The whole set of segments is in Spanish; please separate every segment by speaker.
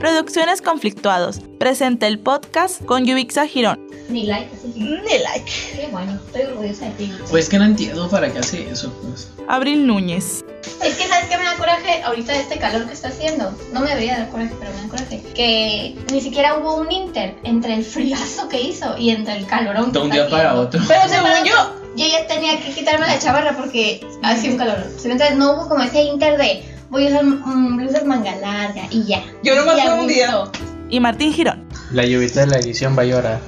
Speaker 1: Producciones Conflictuados presenta el podcast con Yubixa Girón.
Speaker 2: Ni like, así que
Speaker 3: Ni like.
Speaker 2: qué bueno, estoy orgullosa de ti.
Speaker 4: Pues que no entiendo para qué hace eso, pues.
Speaker 1: Abril Núñez.
Speaker 2: Es que sabes que me da coraje ahorita de este calor que está haciendo. No me debería dar coraje, pero me da coraje. Que ni siquiera hubo un inter entre el friazo que hizo y entre el calorón
Speaker 4: De
Speaker 2: que
Speaker 4: un
Speaker 2: está
Speaker 4: día
Speaker 2: haciendo.
Speaker 4: para otro.
Speaker 2: Pero
Speaker 3: Según
Speaker 2: según yo,
Speaker 3: yo.
Speaker 2: yo ya tenía que quitarme la chavarra porque hacía un calor. Entonces no hubo como ese inter de voy a usar mm, blusas manga larga y ya.
Speaker 3: Yo nomás
Speaker 2: Y a
Speaker 3: fue un día.
Speaker 2: gusto.
Speaker 1: Y Martín Girón.
Speaker 5: La lluvita de la edición va a llorar.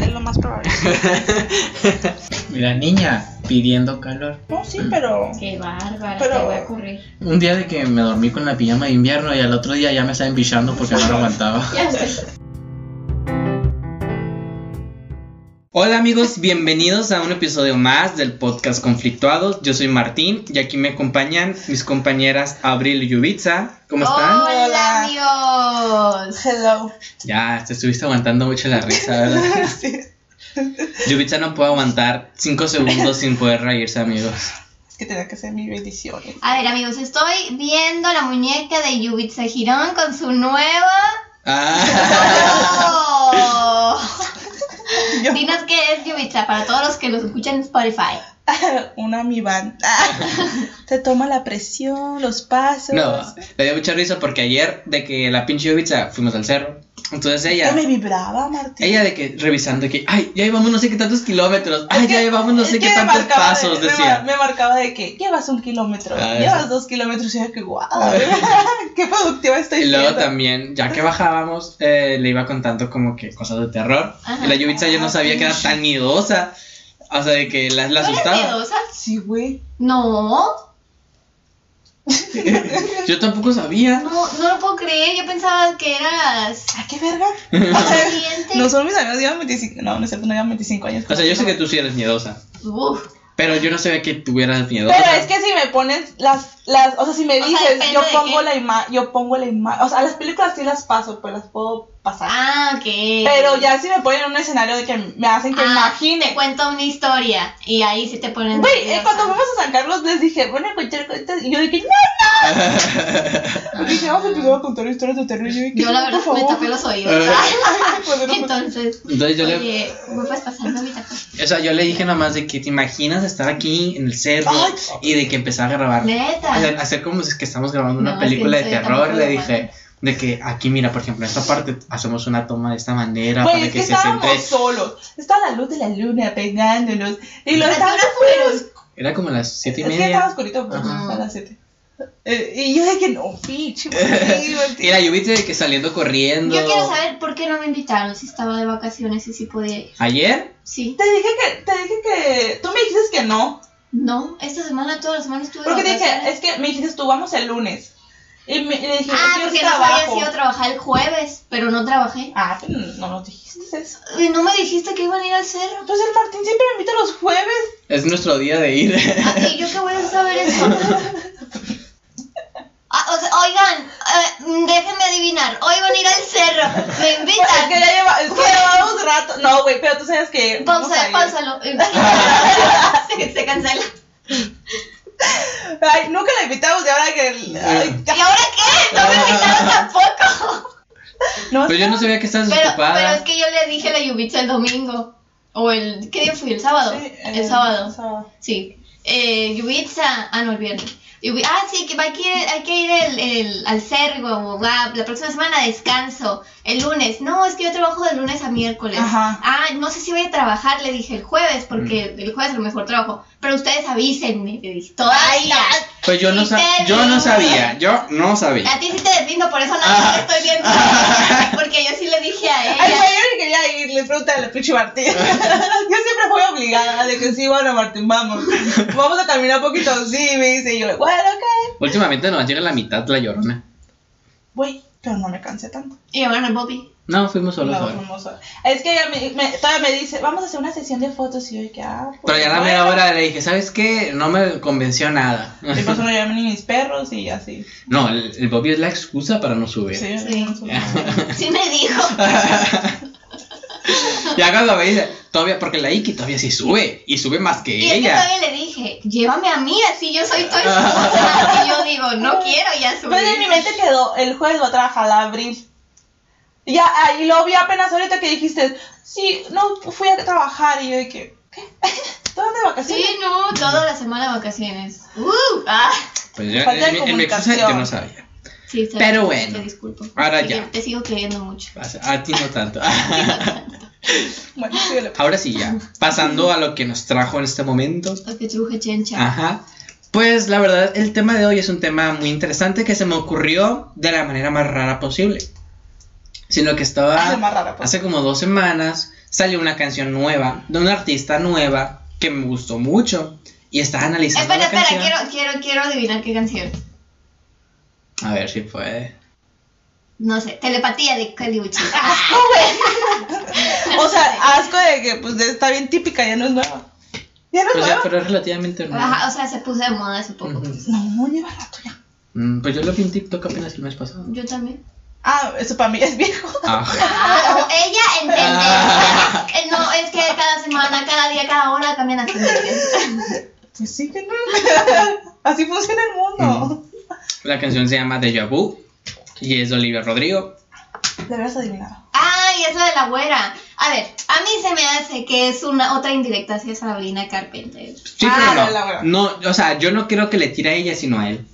Speaker 3: Es lo más probable.
Speaker 4: Mira, niña, pidiendo calor.
Speaker 3: No, sí, pero.
Speaker 2: Qué bárbara,
Speaker 3: Pero-
Speaker 2: te voy a ocurrir.
Speaker 4: Un día de que me dormí con la pijama de invierno y al otro día ya me estaba empichando porque no lo aguantaba.
Speaker 2: Ya estoy.
Speaker 6: Hola amigos, bienvenidos a un episodio más del podcast Conflictuados. Yo soy Martín y aquí me acompañan mis compañeras Abril y Yubitsa. ¿Cómo están?
Speaker 2: Hola, amigos.
Speaker 3: Hello.
Speaker 6: Ya, te estuviste aguantando mucho la risa, ¿verdad?
Speaker 3: Sí.
Speaker 6: Yubitsa no puede aguantar 5 segundos sin poder reírse, amigos.
Speaker 3: Es que tenía que ser mi bendición.
Speaker 2: A ver, amigos, estoy viendo la muñeca de Yubitsa Girón con su nueva.
Speaker 6: Ah,
Speaker 2: ¡Oh!
Speaker 3: Yo,
Speaker 2: Dinos qué es Yubitsa para todos los que nos escuchan en Spotify.
Speaker 3: una mi banda. Te toma la presión, los pasos.
Speaker 6: no, le dio mucha risa porque ayer de que la pinche Yubitsa fuimos al cerro. Entonces
Speaker 3: Ya
Speaker 6: ella...
Speaker 3: me vibraba, Martín.
Speaker 6: Ella de que revisando que, ay, ya llevamos no sé qué tantos kilómetros,
Speaker 3: Es
Speaker 6: ay,
Speaker 3: que-
Speaker 6: ya llevamos no
Speaker 3: es
Speaker 6: sé qué
Speaker 3: que me
Speaker 6: tantos
Speaker 3: marcaba de-
Speaker 6: pasos,
Speaker 3: me mar-
Speaker 6: decía.
Speaker 3: Me, marcaba de que llevas un kilómetro,
Speaker 6: Ah,
Speaker 3: llevas
Speaker 6: eso. Ah,
Speaker 3: dos kilómetros, y yo que guau, qué productiva estoy
Speaker 6: Y luego
Speaker 3: siendo.
Speaker 6: también, ya que bajábamos, eh, le iba contando como que cosas de terror.
Speaker 2: Ajá.
Speaker 6: Y la Yubitsa yo
Speaker 3: Ah,
Speaker 6: no sabía que era tan miedosa. O sea, de que la, la
Speaker 2: ¿Tú eres
Speaker 6: asustaba.
Speaker 2: miedosa?
Speaker 3: Sí, güey.
Speaker 2: No,
Speaker 6: Yo tampoco sabía.
Speaker 2: no, no lo puedo creer. Yo pensaba que eras
Speaker 3: ¿A Ah, qué verga?
Speaker 2: valiente.
Speaker 3: No son mis amigos, llevan 25, no, no es cierto, no llevan 25 años.
Speaker 6: O sea, yo sé que tú sí eres miedosa.
Speaker 2: Uf,
Speaker 6: Pero yo no sabía que tuvieras miedo.
Speaker 3: Pero
Speaker 6: O sea,
Speaker 3: es que si me pones las, las, o sea, si me
Speaker 2: O sea,
Speaker 3: dices,
Speaker 2: depende
Speaker 3: yo
Speaker 2: de
Speaker 3: pongo
Speaker 2: qué.
Speaker 3: la imagen, yo pongo la imagen, o sea, las películas sí las paso, pues las puedo pasar.
Speaker 2: ah, ok.
Speaker 3: Pero ya si me ponen en un escenario de que me hacen que
Speaker 2: Ah,
Speaker 3: imagine.
Speaker 2: Te cuento una historia y ahí sí te ponen.
Speaker 3: Güey, eh,
Speaker 2: nerviosa.
Speaker 3: cuando fuimos a San Carlos les dije, bueno, cualquier cosa, y yo dije, no,
Speaker 2: Ah.
Speaker 3: dije, vamos a empezar a contar historias de terror, y yo dije,
Speaker 2: Yo la
Speaker 3: no,
Speaker 2: verdad
Speaker 3: por
Speaker 2: me
Speaker 3: favor.
Speaker 2: tapé los oídos.
Speaker 3: Pues, no, pues,
Speaker 2: Entonces,
Speaker 6: Entonces yo le,
Speaker 2: oye, me puedes pasar mi tapete?
Speaker 6: o sea, yo le dije nomás de que te imaginas estar aquí en el cerro
Speaker 3: Ay.
Speaker 6: y de que empezar a grabar.
Speaker 2: Neta.
Speaker 6: O sea, hacer como si es que estamos grabando una
Speaker 2: No, es que
Speaker 6: película de
Speaker 2: soy
Speaker 6: terror,
Speaker 2: tampoco
Speaker 6: le
Speaker 2: igual.
Speaker 6: dije. De que aquí, mira, por ejemplo, en esta parte hacemos una toma de esta manera
Speaker 3: Güey,
Speaker 6: para
Speaker 3: es
Speaker 6: que,
Speaker 3: que
Speaker 6: se
Speaker 3: estábamos
Speaker 6: siente.
Speaker 3: solos. Estaba la luz de la luna pegándonos. Y lo
Speaker 2: ¿A qué
Speaker 3: estaba
Speaker 2: hora
Speaker 3: súper
Speaker 2: fueron?
Speaker 3: oscuro.
Speaker 6: Era como las siete y
Speaker 3: Es que estaba
Speaker 6: media.
Speaker 3: oscurito pues,
Speaker 6: Ajá.
Speaker 3: a las 7. y yo dije, no, pinche. güey,
Speaker 6: Y la lluvia de que saliendo corriendo.
Speaker 2: Yo quiero saber por qué no me invitaron, si estaba de vacaciones y si podía ir.
Speaker 6: ¿Ayer?
Speaker 2: Sí.
Speaker 3: Te dije que, te dije que, tú me dijiste que no.
Speaker 2: No, esta semana, todas las semanas estuve de
Speaker 3: Porque te dije,
Speaker 2: vacaciones.
Speaker 3: es que me dijiste tú vamos el lunes. Y, me, y le dije,
Speaker 2: Ah,
Speaker 3: es que
Speaker 2: porque
Speaker 3: yo
Speaker 2: no sabía
Speaker 3: trabajo.
Speaker 2: si iba a trabajar el jueves, pero no trabajé.
Speaker 3: Ah, pero no nos dijiste eso.
Speaker 2: Y no me dijiste que iban a ir al cerro.
Speaker 3: Pues el Martín siempre me invita los jueves.
Speaker 6: Es nuestro día de ir.
Speaker 2: Ah, ¿Y yo qué voy a saber eso? Ah, o sea, oigan, eh, mm, déjenme adivinar, hoy van a ir al cerro, me
Speaker 3: Es
Speaker 2: invitan.
Speaker 3: que ya lleva, es que llevamos rato. No, güey, pero tú sabes que. vamos a
Speaker 2: Pausa,
Speaker 3: ir.
Speaker 2: pausalo. se, se cancela.
Speaker 3: Ay, nunca la invitamos y ahora que. Ay,
Speaker 2: ¿Y ahora qué? No me invitaron tampoco.
Speaker 6: Pero
Speaker 3: no,
Speaker 6: Pues yo no sabía que estabas
Speaker 2: Pero, pero
Speaker 6: ocupada.
Speaker 2: es que yo le dije a la Yubitsa el domingo. O el. ¿Qué día fui? ¿El sábado?
Speaker 3: Sí,
Speaker 2: el
Speaker 3: eh,
Speaker 2: sábado.
Speaker 3: sábado.
Speaker 2: Sí. Eh, Yubitsa. Ah, no, el viernes. Yubi- ah, sí, que va a ir, hay que ir el, el- al cerro. ah, la próxima semana descanso. El lunes. No, es que yo trabajo de lunes a miércoles.
Speaker 3: Ajá.
Speaker 2: Ah, no sé si voy a trabajar, le dije el jueves, porque el jueves a lo mejor trabajo. Pero ustedes avísenme, le dije. Todavía.
Speaker 6: Pues yo no,
Speaker 2: Sí,
Speaker 6: sa-
Speaker 2: te
Speaker 6: yo no
Speaker 2: digo.
Speaker 6: sabía. Yo no
Speaker 2: A
Speaker 6: sabía.
Speaker 2: ti sí te deslindo, por eso no te estoy viendo. Porque yo sí le dije a
Speaker 3: Ay,
Speaker 2: ella.
Speaker 3: güey, yo ni quería ir, le pregunté a la pinche Martín. yo siempre fui obligada de que sí, bueno, Martín, vamos. Vamos a caminar poquito, sí, me dice. Y yo, bueno, ok.
Speaker 6: Últimamente nos llega la mitad la llorona.
Speaker 3: Güey, pero no me cansé tanto.
Speaker 2: Y bueno, el Bobby.
Speaker 6: No, fuimos solos
Speaker 3: No,
Speaker 6: ahora.
Speaker 3: fuimos solos. Es que ella me, me- todavía me dice, vamos a hacer una sesión de fotos. Y yo, que ah, pues,
Speaker 6: Pero ya a la
Speaker 3: bueno.
Speaker 6: media hora le dije, ¿sabes qué? No me convenció nada.
Speaker 3: Y pues no llevan ni mis perros y así.
Speaker 6: No, el, el Bobby es la excusa para no subir.
Speaker 3: Sí,
Speaker 2: Sí.
Speaker 3: no son-
Speaker 2: Sí me dijo.
Speaker 6: Ya cuando me dice, todavía, porque la Iki todavía sí sube, y sube más que
Speaker 2: Y es que
Speaker 6: ella.
Speaker 2: todavía le dije, llévame a mí, así yo soy tu esposa. Y yo digo, no quiero ya
Speaker 3: Pero Pues, en mi
Speaker 2: subir.
Speaker 3: mente quedó, el jueves va a trabajar la abril. Ya, ah, y lo vi apenas ahorita que dijiste, sí, no, fui a trabajar y yo de que, ¿qué? ¿Estaban de vacaciones?
Speaker 2: Sí, no, toda la semana vacaciones. ¡Uh! ¡Ah!
Speaker 6: Pues yo,
Speaker 3: Falta de
Speaker 6: en, mi- en mi excusa yo no
Speaker 3: comunicación.
Speaker 6: sabía.
Speaker 2: Sí, está
Speaker 6: Pero
Speaker 2: bien,
Speaker 6: bueno,
Speaker 2: Te disculpo.
Speaker 6: ahora
Speaker 2: Te-
Speaker 6: ya.
Speaker 2: Te sigo queriendo mucho.
Speaker 6: A ti no tanto.
Speaker 3: Bueno, síguele.
Speaker 6: Ahora sí ya, pasando a lo que nos trajo en este momento.
Speaker 2: Lo que truje chencha.
Speaker 6: Ajá. Pues la verdad, el tema de hoy es un tema muy interesante que se me ocurrió de la manera más rara posible. Sino que
Speaker 3: Ah, lo
Speaker 6: estaba
Speaker 3: más rara, pues.
Speaker 6: hace como dos semanas, salió una canción nueva de una artista nueva que me gustó mucho y estaba analizando
Speaker 2: Eh, espera,
Speaker 6: la
Speaker 2: espera,
Speaker 6: canción.
Speaker 2: quiero, quiero, quiero adivinar qué canción.
Speaker 6: A ver si puede.
Speaker 2: No sé, telepatía de Caliuchi. Ah,
Speaker 3: O sea, asco de que, pues, de- está bien típica, ya no es nueva. Ya no es
Speaker 6: O sea, Pues
Speaker 3: nueva.
Speaker 6: pero es relativamente nueva.
Speaker 2: Ajá, o sea, se puso de moda hace poco.
Speaker 6: Ujú.
Speaker 3: No, lleva rato ya.
Speaker 6: Mm, Pues yo lo vi en TikTok apenas el mes pasado.
Speaker 2: Yo también.
Speaker 3: Ah, eso para mí es viejo.
Speaker 6: Ah,
Speaker 2: Ah, o ella en, en- en- eh, No, es que cada semana, cada día, cada hora cambian las tendencias.
Speaker 3: Pues sí que no. Así funciona el mundo.
Speaker 6: Mm. la canción se llama Deja Vu y es de Olivia Rodrigo.
Speaker 3: De veras adivinado.
Speaker 2: Ay, es la de la güera. A ver, a mí se me hace que es una otra indirecta hacia Sabrina Carpenter.
Speaker 6: Sí,
Speaker 3: Ah,
Speaker 6: pero no.
Speaker 3: la verdad.
Speaker 6: No, o sea, yo no creo que le tire a ella, sino a él.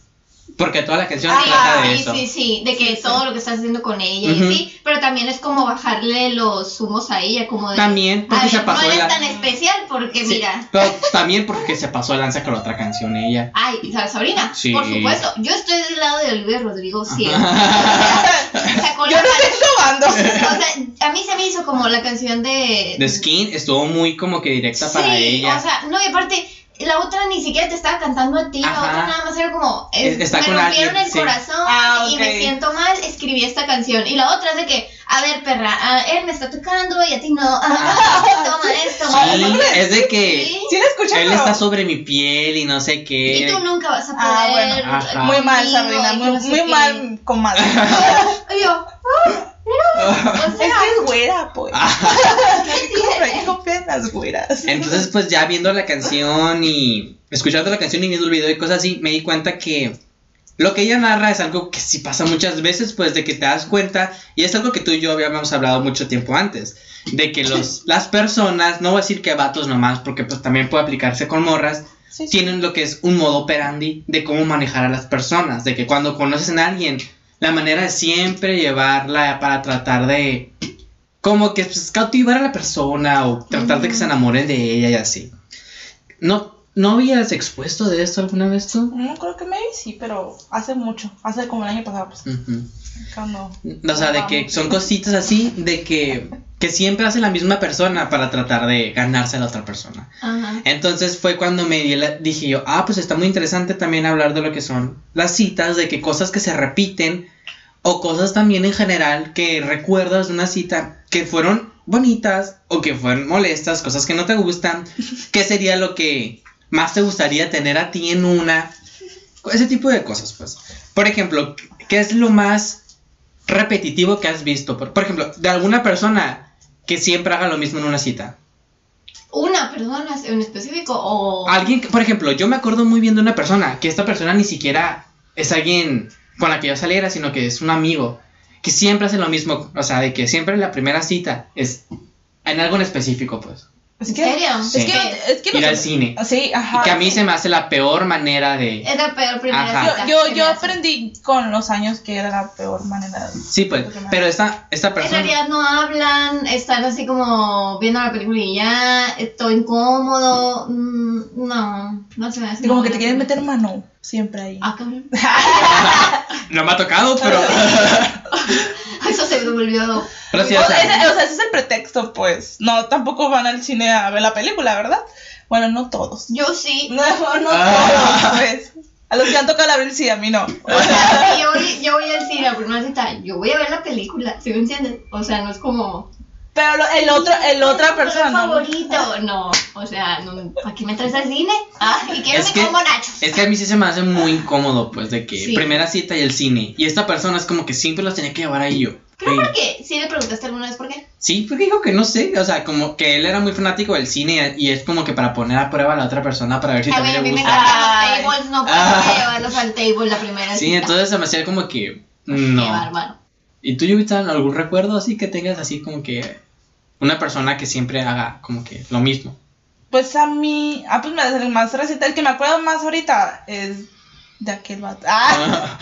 Speaker 6: Porque toda la canción trata de
Speaker 2: sí,
Speaker 6: eso.
Speaker 2: sí, sí, de que todo lo que estás haciendo con ella
Speaker 6: Ujú.
Speaker 2: y así, pero también es como bajarle los humos a ella, como de...
Speaker 6: También,
Speaker 2: a
Speaker 6: porque
Speaker 2: ver,
Speaker 6: se pasó
Speaker 2: no
Speaker 6: de
Speaker 2: eres
Speaker 6: la-
Speaker 2: tan especial porque
Speaker 6: Sí,
Speaker 2: mira,
Speaker 6: pero también porque se pasó de lanza con la otra canción ella.
Speaker 2: ay, o sea, Sabrina,
Speaker 6: Sí.
Speaker 2: por supuesto, yo estoy del lado de Olivia Rodrigo siempre. Sacó
Speaker 3: Yo
Speaker 2: la
Speaker 3: no estoy robando.
Speaker 2: can- o sea, a mí se me hizo como la canción de...
Speaker 6: The Skin estuvo muy como que directa para
Speaker 2: sí,
Speaker 6: ella.
Speaker 2: o sea, no, y aparte, la otra ni siquiera te estaba cantando a ti, la
Speaker 6: Ajá.
Speaker 2: otra nada más era como,
Speaker 6: Es- está
Speaker 2: me
Speaker 6: con
Speaker 2: rompieron
Speaker 6: alguien,
Speaker 2: el
Speaker 6: sí.
Speaker 2: corazón
Speaker 3: Ah,
Speaker 2: y me
Speaker 3: ok.
Speaker 2: siento mal, escribí esta canción. Y la otra es de que, a ver, perra, a él me está tocando y a ti no, Ah, toma esto,
Speaker 6: Sí,
Speaker 2: mamá.
Speaker 6: es de que
Speaker 2: Sí.
Speaker 3: Sí la escuché,
Speaker 6: él
Speaker 3: pero-
Speaker 6: está sobre mi piel y no sé qué.
Speaker 2: Y tú nunca vas a poder.
Speaker 3: Ah, bueno,
Speaker 6: ajá.
Speaker 3: Muy mal,
Speaker 2: conmigo,
Speaker 3: Sabrina,
Speaker 2: y que
Speaker 3: muy,
Speaker 2: no sé
Speaker 3: muy
Speaker 2: qué.
Speaker 3: mal comadre.
Speaker 2: Y yo, ah, mira, o
Speaker 3: es que
Speaker 2: sea,
Speaker 3: es güera, pues.
Speaker 6: Ah,
Speaker 3: ¿Qué confían las güeras?
Speaker 6: Entonces, pues ya viendo la canción y escuchando la canción y viendo el video y cosas así, me di cuenta que lo que ella narra es algo que sí pasa muchas veces, pues de que te das cuenta, y es algo que tú y yo habíamos hablado mucho tiempo antes, de que los, las personas, no voy a decir que vatos nomás, porque pues también puede aplicarse con morras,
Speaker 3: Sí, sí.
Speaker 6: tienen lo que es un modo operandi de cómo manejar a las personas, de que cuando conocen a alguien, la manera de siempre llevarla para tratar de como que pues, cautivar a la persona o tratar de que se enamore de ella y así. ¿No, ¿No habías expuesto de esto alguna vez tú?
Speaker 3: No creo que me sí, pero hace mucho. Hace como el año pasado, pues.
Speaker 6: Ujú.
Speaker 3: Cuando.
Speaker 6: O sea, de que son cositas así, de que, que siempre hace la misma persona para tratar de ganarse a la otra persona.
Speaker 2: Ajá.
Speaker 6: Entonces fue cuando me di la- dije yo, ah, pues está muy interesante también hablar de lo que son las citas, de que cosas que se repiten o cosas también en general que recuerdas de una cita que fueron bonitas o que fueron molestas, cosas que no te gustan, qué sería lo que más te gustaría tener a ti en una, ese tipo de cosas, pues. Por ejemplo, ¿qué es lo más repetitivo que has visto? Por, por ejemplo, de alguna persona que siempre haga lo mismo en una cita.
Speaker 2: Una persona en específico o.
Speaker 6: Alguien, que- por ejemplo, yo me acuerdo muy bien de una persona, que esta persona ni siquiera es alguien con la que yo saliera, sino que es un amigo, que siempre hace lo mismo, o sea, de que siempre la primera cita es en algo en específico, pues.
Speaker 3: Es
Speaker 2: ¿En
Speaker 3: que,
Speaker 2: serio?
Speaker 6: Sí.
Speaker 3: Es que, no- es que no
Speaker 6: Ir al
Speaker 3: sé-
Speaker 6: cine.
Speaker 3: Sí,
Speaker 6: Y
Speaker 3: ajá.
Speaker 6: que a mí se me hace la peor manera de...
Speaker 2: Es la peor primera
Speaker 6: Ajá.
Speaker 2: cita.
Speaker 3: Yo,
Speaker 2: que
Speaker 3: yo,
Speaker 2: me
Speaker 3: yo
Speaker 2: hace.
Speaker 3: aprendí con los años que era la peor manera. de-
Speaker 6: Sí, pues, pero esta, esta
Speaker 2: En
Speaker 6: persona...
Speaker 2: realidad no hablan, están así como viendo la película y ya, estoy incómodo. mm, No, no se me hace.
Speaker 3: Sí, como que
Speaker 2: nada.
Speaker 3: te quieren meter mano. Siempre ahí.
Speaker 2: Ah, cabrón.
Speaker 6: No me ha tocado, pero...
Speaker 2: Eso se me volvió.
Speaker 6: pero sí, o
Speaker 2: Pues
Speaker 3: o,
Speaker 6: sea,
Speaker 3: ese, o sea, ese es el pretexto, pues. No, tampoco van al cine a ver la película, ¿verdad? Bueno, no todos.
Speaker 2: Yo sí.
Speaker 3: No, no
Speaker 6: Ah.
Speaker 3: todos, pues. A los que han tocado la abrir, sí, a mí no.
Speaker 2: O sea, yo, voy- yo voy al cine a la primera cita, yo voy a ver la película, ¿sí me entiendes? O sea, no es como.
Speaker 3: Pero lo- el otro, el otra persona.
Speaker 2: "Es mi favorito. No, o sea, no, ¿para qué me traes al cine? Ah, y quiero
Speaker 6: Es
Speaker 2: me
Speaker 6: que-
Speaker 2: como nachos.
Speaker 6: Es que a mí sí se me hace muy incómodo, pues, de que
Speaker 2: Sí.
Speaker 6: primera cita y el cine. Y esta persona es como que siempre los tenía que llevar ahí yo.
Speaker 2: ¿Pero
Speaker 6: Ey.
Speaker 2: por qué? ¿Sí le preguntaste alguna vez por qué?
Speaker 6: Sí, porque dijo que no sé, o sea, como que él era muy fanático del cine y es como que para poner a prueba a la otra persona para ver si
Speaker 2: Ay, bueno, a
Speaker 6: también
Speaker 2: mí
Speaker 6: le
Speaker 2: me
Speaker 6: gusta.
Speaker 2: encantan
Speaker 3: Ay.
Speaker 2: los tables, no puedo
Speaker 6: Ah.
Speaker 2: llevarlos al table la primera
Speaker 6: Sí,
Speaker 2: cita.
Speaker 6: entonces se me hacía como que
Speaker 2: Pues, Qué
Speaker 6: no.
Speaker 2: bárbaro.
Speaker 6: ¿Y tú, Yubitsa, algún recuerdo así que tengas así como que una persona que siempre haga como que lo mismo?
Speaker 3: Pues a mí, ah, pues el más reciente, el que me acuerdo más ahorita es de aquel vato. Ah,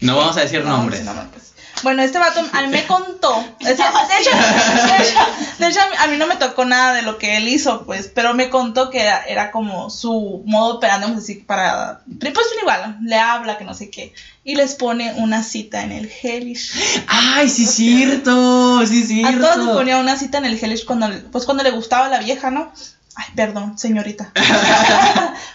Speaker 6: no vamos a decir
Speaker 3: no,
Speaker 6: nombres.
Speaker 3: sí, no, no, pues. Bueno, este vato a mí me contó. o sea, de, hecho, de hecho- de hecho, a mí- a mí no me tocó nada de lo que él hizo, pues, pero me contó que era, era como su modo operando, vamos a decir, para. Pues igual, le habla, que no sé qué. Y les pone una cita en el Hellish.
Speaker 6: ¡Ay, sí, es cierto! Sí, es
Speaker 3: A
Speaker 6: cierto.
Speaker 3: todos les ponía una cita en el Hellish cuando, pues cuando le gustaba la vieja, ¿no? Ay, perdón, señorita.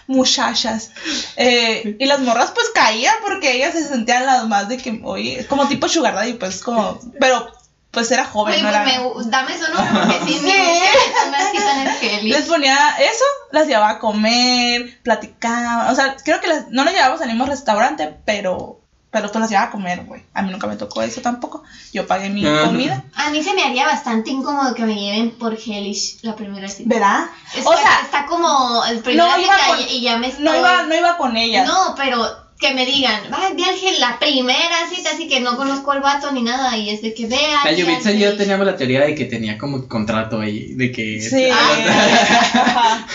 Speaker 3: Muchachas. Eh, y las morras pues caían porque ellas se sentían las más de que, oye, como tipo sugar daddy, pues como, pero pues era joven,
Speaker 2: Güey,
Speaker 3: no
Speaker 2: pues
Speaker 3: era-
Speaker 2: me- dame su nombre porque sí,
Speaker 3: Sí.
Speaker 2: me gusta una cita en el Kelly.
Speaker 3: Les ponía eso, las llevaba a comer, platicaba, o sea, creo que las, no las llevábamos al mismo restaurante, pero, pero pues las llevaba a comer, güey. A mí nunca me tocó eso tampoco. Yo pagué mi
Speaker 6: Ah.
Speaker 3: comida.
Speaker 2: A mí se me haría bastante incómodo que me lleven por Hellish la primera cita.
Speaker 3: ¿Verdad?
Speaker 2: Está,
Speaker 3: O sea,
Speaker 2: está como el primer
Speaker 3: no iba
Speaker 2: cita
Speaker 3: con-
Speaker 2: y- y ya me estoy...
Speaker 3: no iba, no iba con ellas.
Speaker 2: No, pero que me digan, va, ve al Hel- la primera cita, así que no conozco al vato ni nada, y es de que vea.
Speaker 6: La Yubitsa y yo teníamos la teoría de que tenía como contrato ahí, de que...
Speaker 3: Sí.
Speaker 2: Ah.
Speaker 3: Ajá.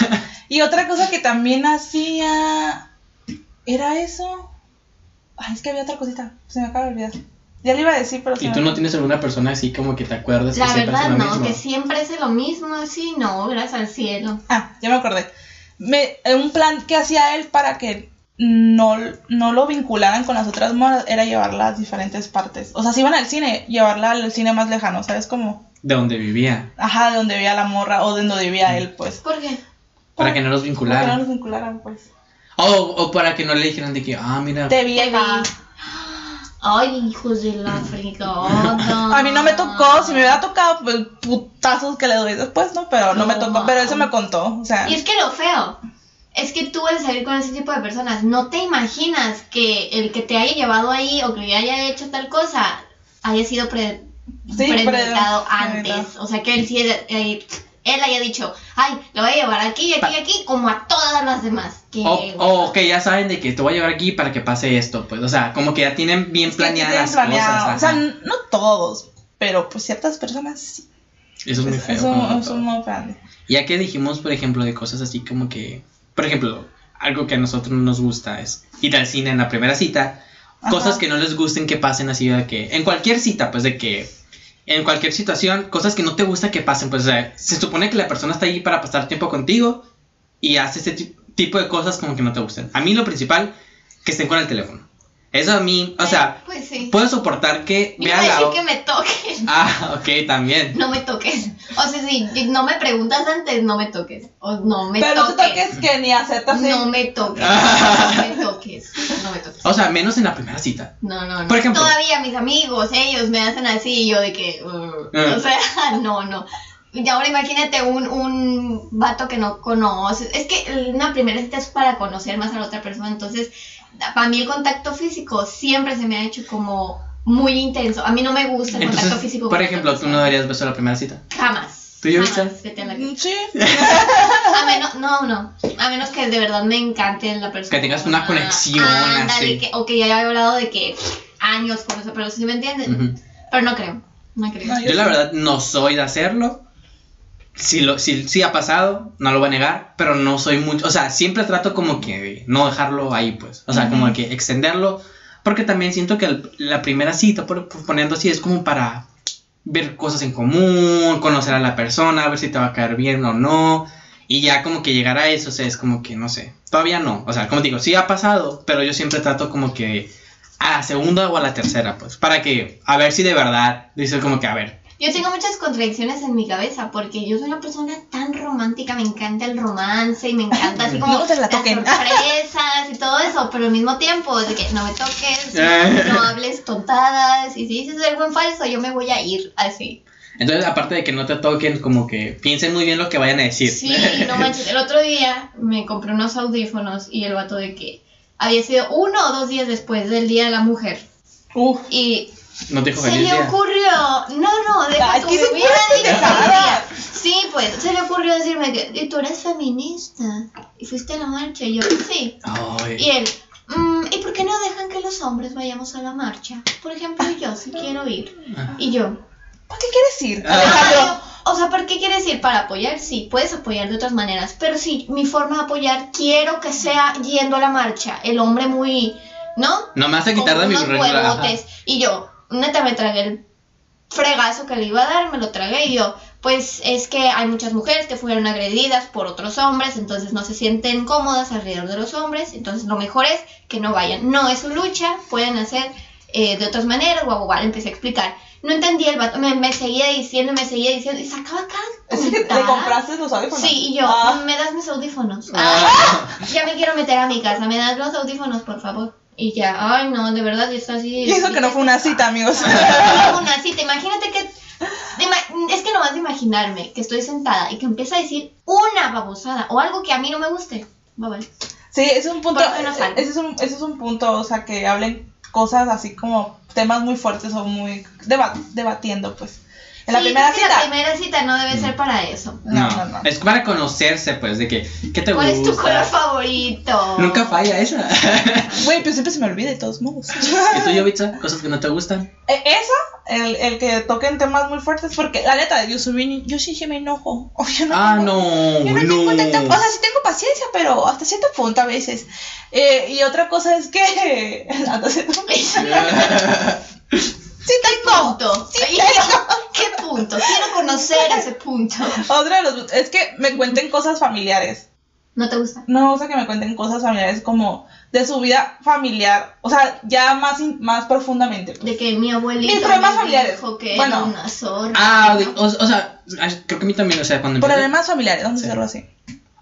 Speaker 3: Y otra cosa que también hacía. ¿Era eso? Ay, es que había otra cosita. Se me acaba de olvidar. Ya le iba a decir, pero. se
Speaker 6: ¿Y
Speaker 3: me
Speaker 6: tú no
Speaker 3: olvidó.
Speaker 6: tienes alguna persona así como que te acuerdas que
Speaker 2: La
Speaker 6: siempre hace
Speaker 2: verdad,
Speaker 6: lo
Speaker 2: no,
Speaker 6: mismo?
Speaker 2: que siempre es lo mismo, así, no, gracias al cielo.
Speaker 3: Ah, ya me acordé. Me, eh, un plan que hacía él para que no, no lo vincularan con las otras modas era llevarla a diferentes partes. O sea, si iban al cine, llevarla al cine más lejano, ¿sabes? Como,
Speaker 6: De donde vivía,
Speaker 3: ajá, de donde vivía la morra o de donde vivía él, pues.
Speaker 2: ¿Por qué?
Speaker 6: para que no los
Speaker 3: Para que no
Speaker 6: vincularan.
Speaker 3: los vincularan, pues.
Speaker 6: O, o para que no le dijeran de que, ah, mira,
Speaker 3: Te vi,
Speaker 2: va. Ay, hijos de la frigota.
Speaker 3: A mí no me tocó, si me hubiera tocado, pues putazos que le doy después, ¿no? Pero no, me
Speaker 2: No,
Speaker 3: tocó, pero eso
Speaker 2: ma.
Speaker 3: me contó, o sea.
Speaker 2: Y es que lo feo es que tú al salir con ese tipo de personas no te imaginas que el que te haya llevado ahí o que haya hecho tal cosa haya sido pre
Speaker 3: Sí, pre-
Speaker 2: premeditado antes.
Speaker 3: premeditado.
Speaker 2: O sea, que él sí eh, él haya dicho, ay, lo voy a llevar aquí, y aquí, y aquí, como a todas las demás. Que,
Speaker 6: O, o que ya saben de que te voy a llevar aquí para que pase esto, pues, o sea, como que ya tienen bien
Speaker 3: es que
Speaker 6: planeadas
Speaker 3: tienen
Speaker 6: las
Speaker 3: planeado,
Speaker 6: cosas.
Speaker 3: O sea,
Speaker 6: ajá.
Speaker 3: n- no todos, pero pues ciertas personas sí.
Speaker 6: eso es muy
Speaker 3: Es-
Speaker 6: feo.
Speaker 3: es un-
Speaker 6: como
Speaker 3: es
Speaker 6: todo.
Speaker 3: un modo grande.
Speaker 6: Ya que dijimos, por ejemplo, de cosas así como que, por ejemplo, algo que a nosotros no nos gusta es ir al cine en la primera cita,
Speaker 3: Ajá.
Speaker 6: cosas que no les gusten que pasen así de que, en cualquier cita, pues de que, en cualquier situación, cosas que no te gusta que pasen, pues, o sea, se supone que la persona está ahí para pasar tiempo contigo y hace este ti- tipo de cosas como que no te gustan. A mí lo principal, que estén con el teléfono. Eso a mí, o sea,
Speaker 2: Pues sí.
Speaker 6: puedo soportar que
Speaker 2: Iba
Speaker 6: vean
Speaker 2: a
Speaker 6: la...
Speaker 2: decir que me toques.
Speaker 6: Ah, ok, también.
Speaker 2: No me toques. O sea, si no me preguntas antes, no me toques. O no me
Speaker 3: pero no te
Speaker 2: toques.
Speaker 3: toques que ni aceptas. ¿eh?
Speaker 2: No me toques. No me toques. No me toques.
Speaker 6: O sea, menos en la primera cita.
Speaker 2: No, no, no.
Speaker 6: Por ejemplo-
Speaker 2: Todavía mis amigos, ellos me hacen así y yo de que. uh,
Speaker 6: Ah.
Speaker 2: O sea, no, no. Y ahora imagínate un, un vato que no conoces. Es que una primera cita es para conocer más a la otra persona. Entonces, para mí el contacto físico siempre se me ha hecho como muy intenso. A mí no me gusta el
Speaker 6: Entonces,
Speaker 2: contacto físico.
Speaker 6: por
Speaker 2: con
Speaker 6: ejemplo,
Speaker 2: otra
Speaker 6: tú no
Speaker 2: persona.
Speaker 6: darías beso a la primera cita.
Speaker 2: Jamás.
Speaker 6: ¿Tú ya
Speaker 2: jamás,
Speaker 6: viste?
Speaker 2: vete a la que-
Speaker 3: Mm, Sí.
Speaker 2: A menos, no, no. A menos que de verdad me encante la persona.
Speaker 6: Que tengas una conexión,
Speaker 2: Ándale,
Speaker 6: así.
Speaker 2: que- o que ya haya hablado de que años con esa persona, ¿sí me entiendes?
Speaker 6: Ujú.
Speaker 2: Pero no creo, no creo.
Speaker 3: No,
Speaker 6: Yo la verdad no soy de hacerlo. Si, lo, si, si ha pasado, no lo voy a negar, pero no soy mucho. O sea, siempre trato como que de no dejarlo ahí, pues. O sea, como que extenderlo. Porque también siento que el- la primera cita, por, por poniendo así, es como para ver cosas en común, conocer a la persona, ver si te va a caer bien o no. Y ya como que llegar a eso, o sea, es como que no sé. Todavía no. O sea, como digo, sí ha pasado, pero yo siempre trato como que a la segunda o a la tercera, pues. Para que, a ver si de verdad, dices como que, a ver,
Speaker 2: Yo tengo muchas contradicciones en mi cabeza porque yo soy una persona tan romántica, me encanta el romance y me encanta así como
Speaker 3: No te la
Speaker 2: las
Speaker 3: toquen.
Speaker 2: sorpresas y todo eso, pero al mismo tiempo es de que no me toques,
Speaker 6: Eh.
Speaker 2: no hables tontadas y si dices algo en falso yo me voy a ir así.
Speaker 6: Entonces, aparte de que no te toquen, como que piensen muy bien lo que vayan a decir.
Speaker 2: Sí, no manches. El otro día me compré unos audífonos y el vato de que había sido uno o dos días después del Día de la Mujer.
Speaker 3: Uf.
Speaker 2: Y
Speaker 6: No te dijo
Speaker 2: se
Speaker 6: feliz
Speaker 2: le
Speaker 6: día.
Speaker 2: ocurrió. No, no, deja
Speaker 3: Ay,
Speaker 2: tú,
Speaker 3: que
Speaker 2: me
Speaker 3: se
Speaker 2: hubiera
Speaker 3: puede
Speaker 2: dicho
Speaker 3: empezar.
Speaker 2: feliz día. Sí, pues, se le ocurrió decirme que. Y tú eres feminista. Y fuiste a la marcha. Y yo, sí.
Speaker 6: Ay.
Speaker 2: Y él, "Mm, ¿y por qué no dejan que los hombres vayamos a la marcha? Por ejemplo, yo sí quiero ir. Y yo,
Speaker 3: ¿Para qué quieres ir?
Speaker 6: Ah.
Speaker 2: "Ah,
Speaker 3: Alejandro,
Speaker 2: yo- o sea, ¿por qué quieres ir? Para apoyar, sí, puedes apoyar de otras maneras, pero sí, mi forma de apoyar quiero que sea yendo a la marcha. El hombre muy, ¿no?
Speaker 6: No me vas a quitar
Speaker 2: con
Speaker 6: de mis
Speaker 2: unos
Speaker 6: reglas. ajá.
Speaker 2: huevotes. Y yo, neta, me tragué el fregazo que le iba a dar, me lo tragué y yo, pues es que hay muchas mujeres que fueron agredidas por otros hombres, entonces no se sienten cómodas alrededor de los hombres, entonces lo mejor es que no vayan. No es su lucha, pueden hacer eh, de otras maneras, guau, guau, guau, le empecé a explitar. No entendía el vato, me, me seguía diciendo, me seguía diciendo, y sacaba cada
Speaker 3: ¿es que
Speaker 2: comentario.
Speaker 3: ¿Le compraste los audífonos?
Speaker 2: Sí, y yo,
Speaker 3: Ah.
Speaker 2: me das mis audífonos.
Speaker 6: Ah.
Speaker 2: Ya me quiero meter a mi casa, me das los audífonos, por favor. Y ya, ay no, de verdad, yo estoy así.
Speaker 3: Y eso que no fue una cita, amigos.
Speaker 2: No fue una cita, imagínate que. de ima- Es que nomás de imaginarme que estoy sentada y que empieza a decir una babosada o algo que a mí no me guste. Bye bye.
Speaker 3: Sí, ese es un punto. eh,
Speaker 2: Porque no sale.
Speaker 3: Ese es un, ese es un punto, o sea, que hablen cosas así como temas muy fuertes o muy deba- debatiendo, pues. En la
Speaker 2: Sí,
Speaker 3: primera
Speaker 2: creo que
Speaker 3: cita.
Speaker 2: La primera cita no debe ser para eso.
Speaker 6: Mm. No,
Speaker 3: No, no, no.
Speaker 6: Es para conocerse, pues, de que, ¿qué te
Speaker 2: ¿Cuál
Speaker 6: gusta?
Speaker 2: es tu color favorito?
Speaker 6: Nunca falla esa.
Speaker 3: Güey, pero siempre se me olvida de todos modos.
Speaker 6: ¿Y tú, Yovitza? Cosas que no te gustan.
Speaker 3: Eh, Eso, el, el que toquen temas muy fuertes, porque la neta, yo subí, yo sí, sí me enojo. O yo no
Speaker 6: Ah,
Speaker 3: tengo-
Speaker 6: no,
Speaker 3: Yo no, tengo tanta- o sea, sí tengo paciencia, pero hasta cierto punto a veces. Eh, y otra cosa es que. hasta cierto- sí tengo.
Speaker 2: Punto. Ay, ¿Qué qué punto? Quiero conocer ese punto.
Speaker 3: Otra de los. Es que me cuenten cosas familiares.
Speaker 2: ¿No te gusta?
Speaker 3: No me gusta que me cuenten cosas familiares como de su vida familiar. O sea, ya más, in- más profundamente.
Speaker 2: De que mi abuelito.
Speaker 3: Mis problemas
Speaker 2: me
Speaker 3: familiares.
Speaker 2: dijo que
Speaker 3: Bueno.
Speaker 2: era una zorra.
Speaker 6: Ah, de-
Speaker 2: ¿no?
Speaker 6: o, o sea, ay, creo que a mí también, o sea, cuando empiezan-
Speaker 3: Problemas familiares, vamos a
Speaker 6: Sí.
Speaker 3: hacerlo así.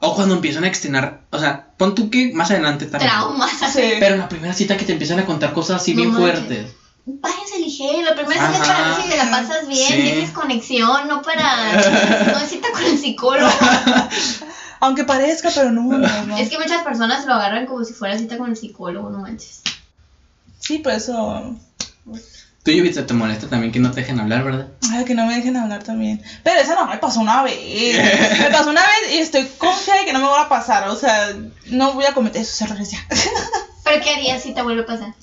Speaker 6: O cuando empiezan a externar, o sea, pon tú que más adelante también.
Speaker 2: Traumas.
Speaker 3: Sí.
Speaker 6: Pero en la primera cita que te empiezan a contar cosas así
Speaker 2: No
Speaker 6: bien
Speaker 2: manches.
Speaker 6: fuertes.
Speaker 2: Váyanse ligero, la primera cita es
Speaker 6: Ajá.
Speaker 2: para ver si te la pasas bien,
Speaker 6: Sí.
Speaker 2: tienes conexión, no para. No es cita con el psicólogo.
Speaker 3: Aunque parezca, pero no, no, no.
Speaker 2: Es que muchas personas lo agarran como si fuera cita con el psicólogo, no manches.
Speaker 3: Sí, por eso.
Speaker 6: Tú, Yovitza, te molesta también que no te dejen hablar, ¿verdad?
Speaker 3: Ay, que no me dejen hablar también. Pero esa no me pasó una vez. Me pasó una vez y estoy confiada de que no me va a pasar. O sea, no voy a cometer esos errores ya.
Speaker 2: Pero ¿qué harías si te vuelve a pasar?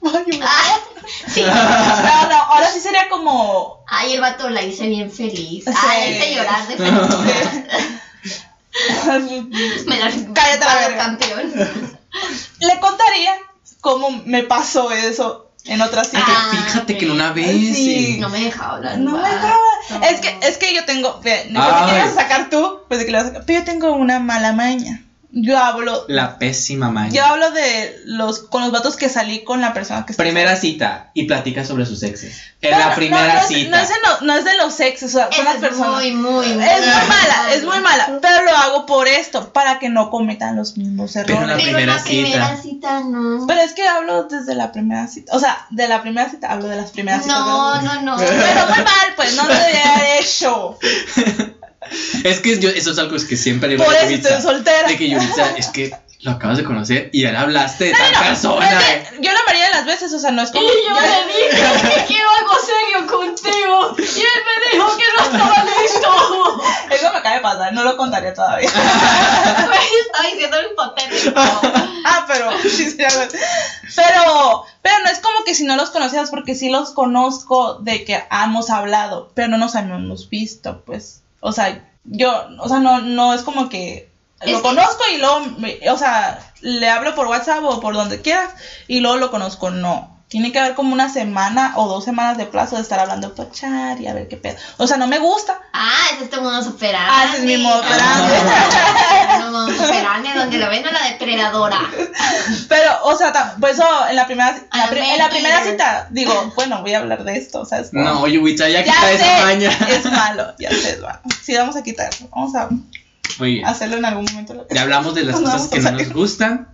Speaker 3: Voy a llorar.
Speaker 2: Ah, sí.
Speaker 3: No, no, ahora sí sería como.
Speaker 2: Ay, el vato la hice bien feliz.
Speaker 3: Sí.
Speaker 2: Ay, la hice llorar de felicidad. Me la
Speaker 3: Cállate la verga.
Speaker 2: campeón.
Speaker 3: Le contaría cómo me pasó eso en otra
Speaker 6: Ah,
Speaker 3: cita.
Speaker 2: Ah,
Speaker 6: que fíjate que en una vez.
Speaker 3: sí.
Speaker 6: sí.
Speaker 2: No me dejaba hablar.
Speaker 3: Ah, No me
Speaker 2: va.
Speaker 3: acaba.
Speaker 2: No.
Speaker 3: Es que, es que yo tengo. ve, No
Speaker 6: Ay.
Speaker 3: sé qué ibas a sacar tú, pues de que le vas a sacar. Pero yo tengo una mala maña. Yo hablo.
Speaker 6: La pésima maña.
Speaker 3: Yo hablo de los con los vatos que salí con la persona que
Speaker 6: Primera cita y platica sobre sus exes. En
Speaker 3: No,
Speaker 6: la
Speaker 3: no,
Speaker 6: primera
Speaker 3: no, no,
Speaker 6: cita.
Speaker 3: No es, de lo- no es de los sexos, o sea, son
Speaker 2: Esa
Speaker 3: las
Speaker 2: es
Speaker 3: personas.
Speaker 2: muy, muy,
Speaker 3: es muy mala, es muy mala, pero lo hago por esto, para que no cometan los mismos errores.
Speaker 6: la
Speaker 2: Pero
Speaker 3: Pero,
Speaker 6: primera
Speaker 2: la primera
Speaker 6: cita.
Speaker 2: cita no.
Speaker 3: es que hablo desde la primera cita, o sea, de la primera cita, hablo de las primeras citas.
Speaker 2: No,
Speaker 3: ¿verdad?
Speaker 2: no, no.
Speaker 3: Pero muy mal, pues no lo debería haber hecho.
Speaker 6: Es que yo, eso es algo que siempre le digo
Speaker 3: Por
Speaker 6: a
Speaker 3: eso
Speaker 6: Yuvitsa,
Speaker 3: estoy soltera.
Speaker 6: De que Yuvitsa, es que lo acabas de conocer y ahora hablaste de tal persona.
Speaker 3: Es que yo la mayoría de las veces, o sea, no es como.
Speaker 2: Y yo le dije que quiero algo serio contigo. Y él me dijo que no estaba listo.
Speaker 3: Eso me acaba de pasar, no lo contaría todavía.
Speaker 2: Estaba diciendo el hipotético.
Speaker 3: Ah, pero sí, sí, algo así. pero pero no es como que si no los conocías porque sí los conozco de que hemos hablado, pero no nos hemos visto, pues. O sea, yo, o sea, no no es como que
Speaker 2: Es
Speaker 3: lo
Speaker 2: que-
Speaker 3: conozco y luego, me- o sea, le hablo por WhatsApp o por donde quieras y luego lo conozco, no. Tiene que haber como una semana o dos semanas de plazo de estar hablando por chat y a ver qué pedo. O sea, no me gusta.
Speaker 2: Ah, es este modo superar.
Speaker 3: Ah, ese es mi modo operandi.
Speaker 2: No, modo superar, donde la ven a la depredadora.
Speaker 3: Pero, o sea, ta- por eso en la primera, en la,
Speaker 2: Ah,
Speaker 3: pri- en la primera
Speaker 2: mentira.
Speaker 3: cita, digo, bueno, voy a hablar de esto, o sea, es como-
Speaker 6: No, Yuvitsa, ya
Speaker 3: ya
Speaker 6: quita esa
Speaker 3: sé,
Speaker 6: maña.
Speaker 3: es malo, ya sé, es malo. Sí, vamos a quitarlo, vamos a
Speaker 6: Muy bien.
Speaker 3: hacerlo en algún momento.
Speaker 6: Ya hablamos de las
Speaker 3: No,
Speaker 6: cosas que
Speaker 3: o
Speaker 6: no
Speaker 3: sea-
Speaker 6: nos gustan.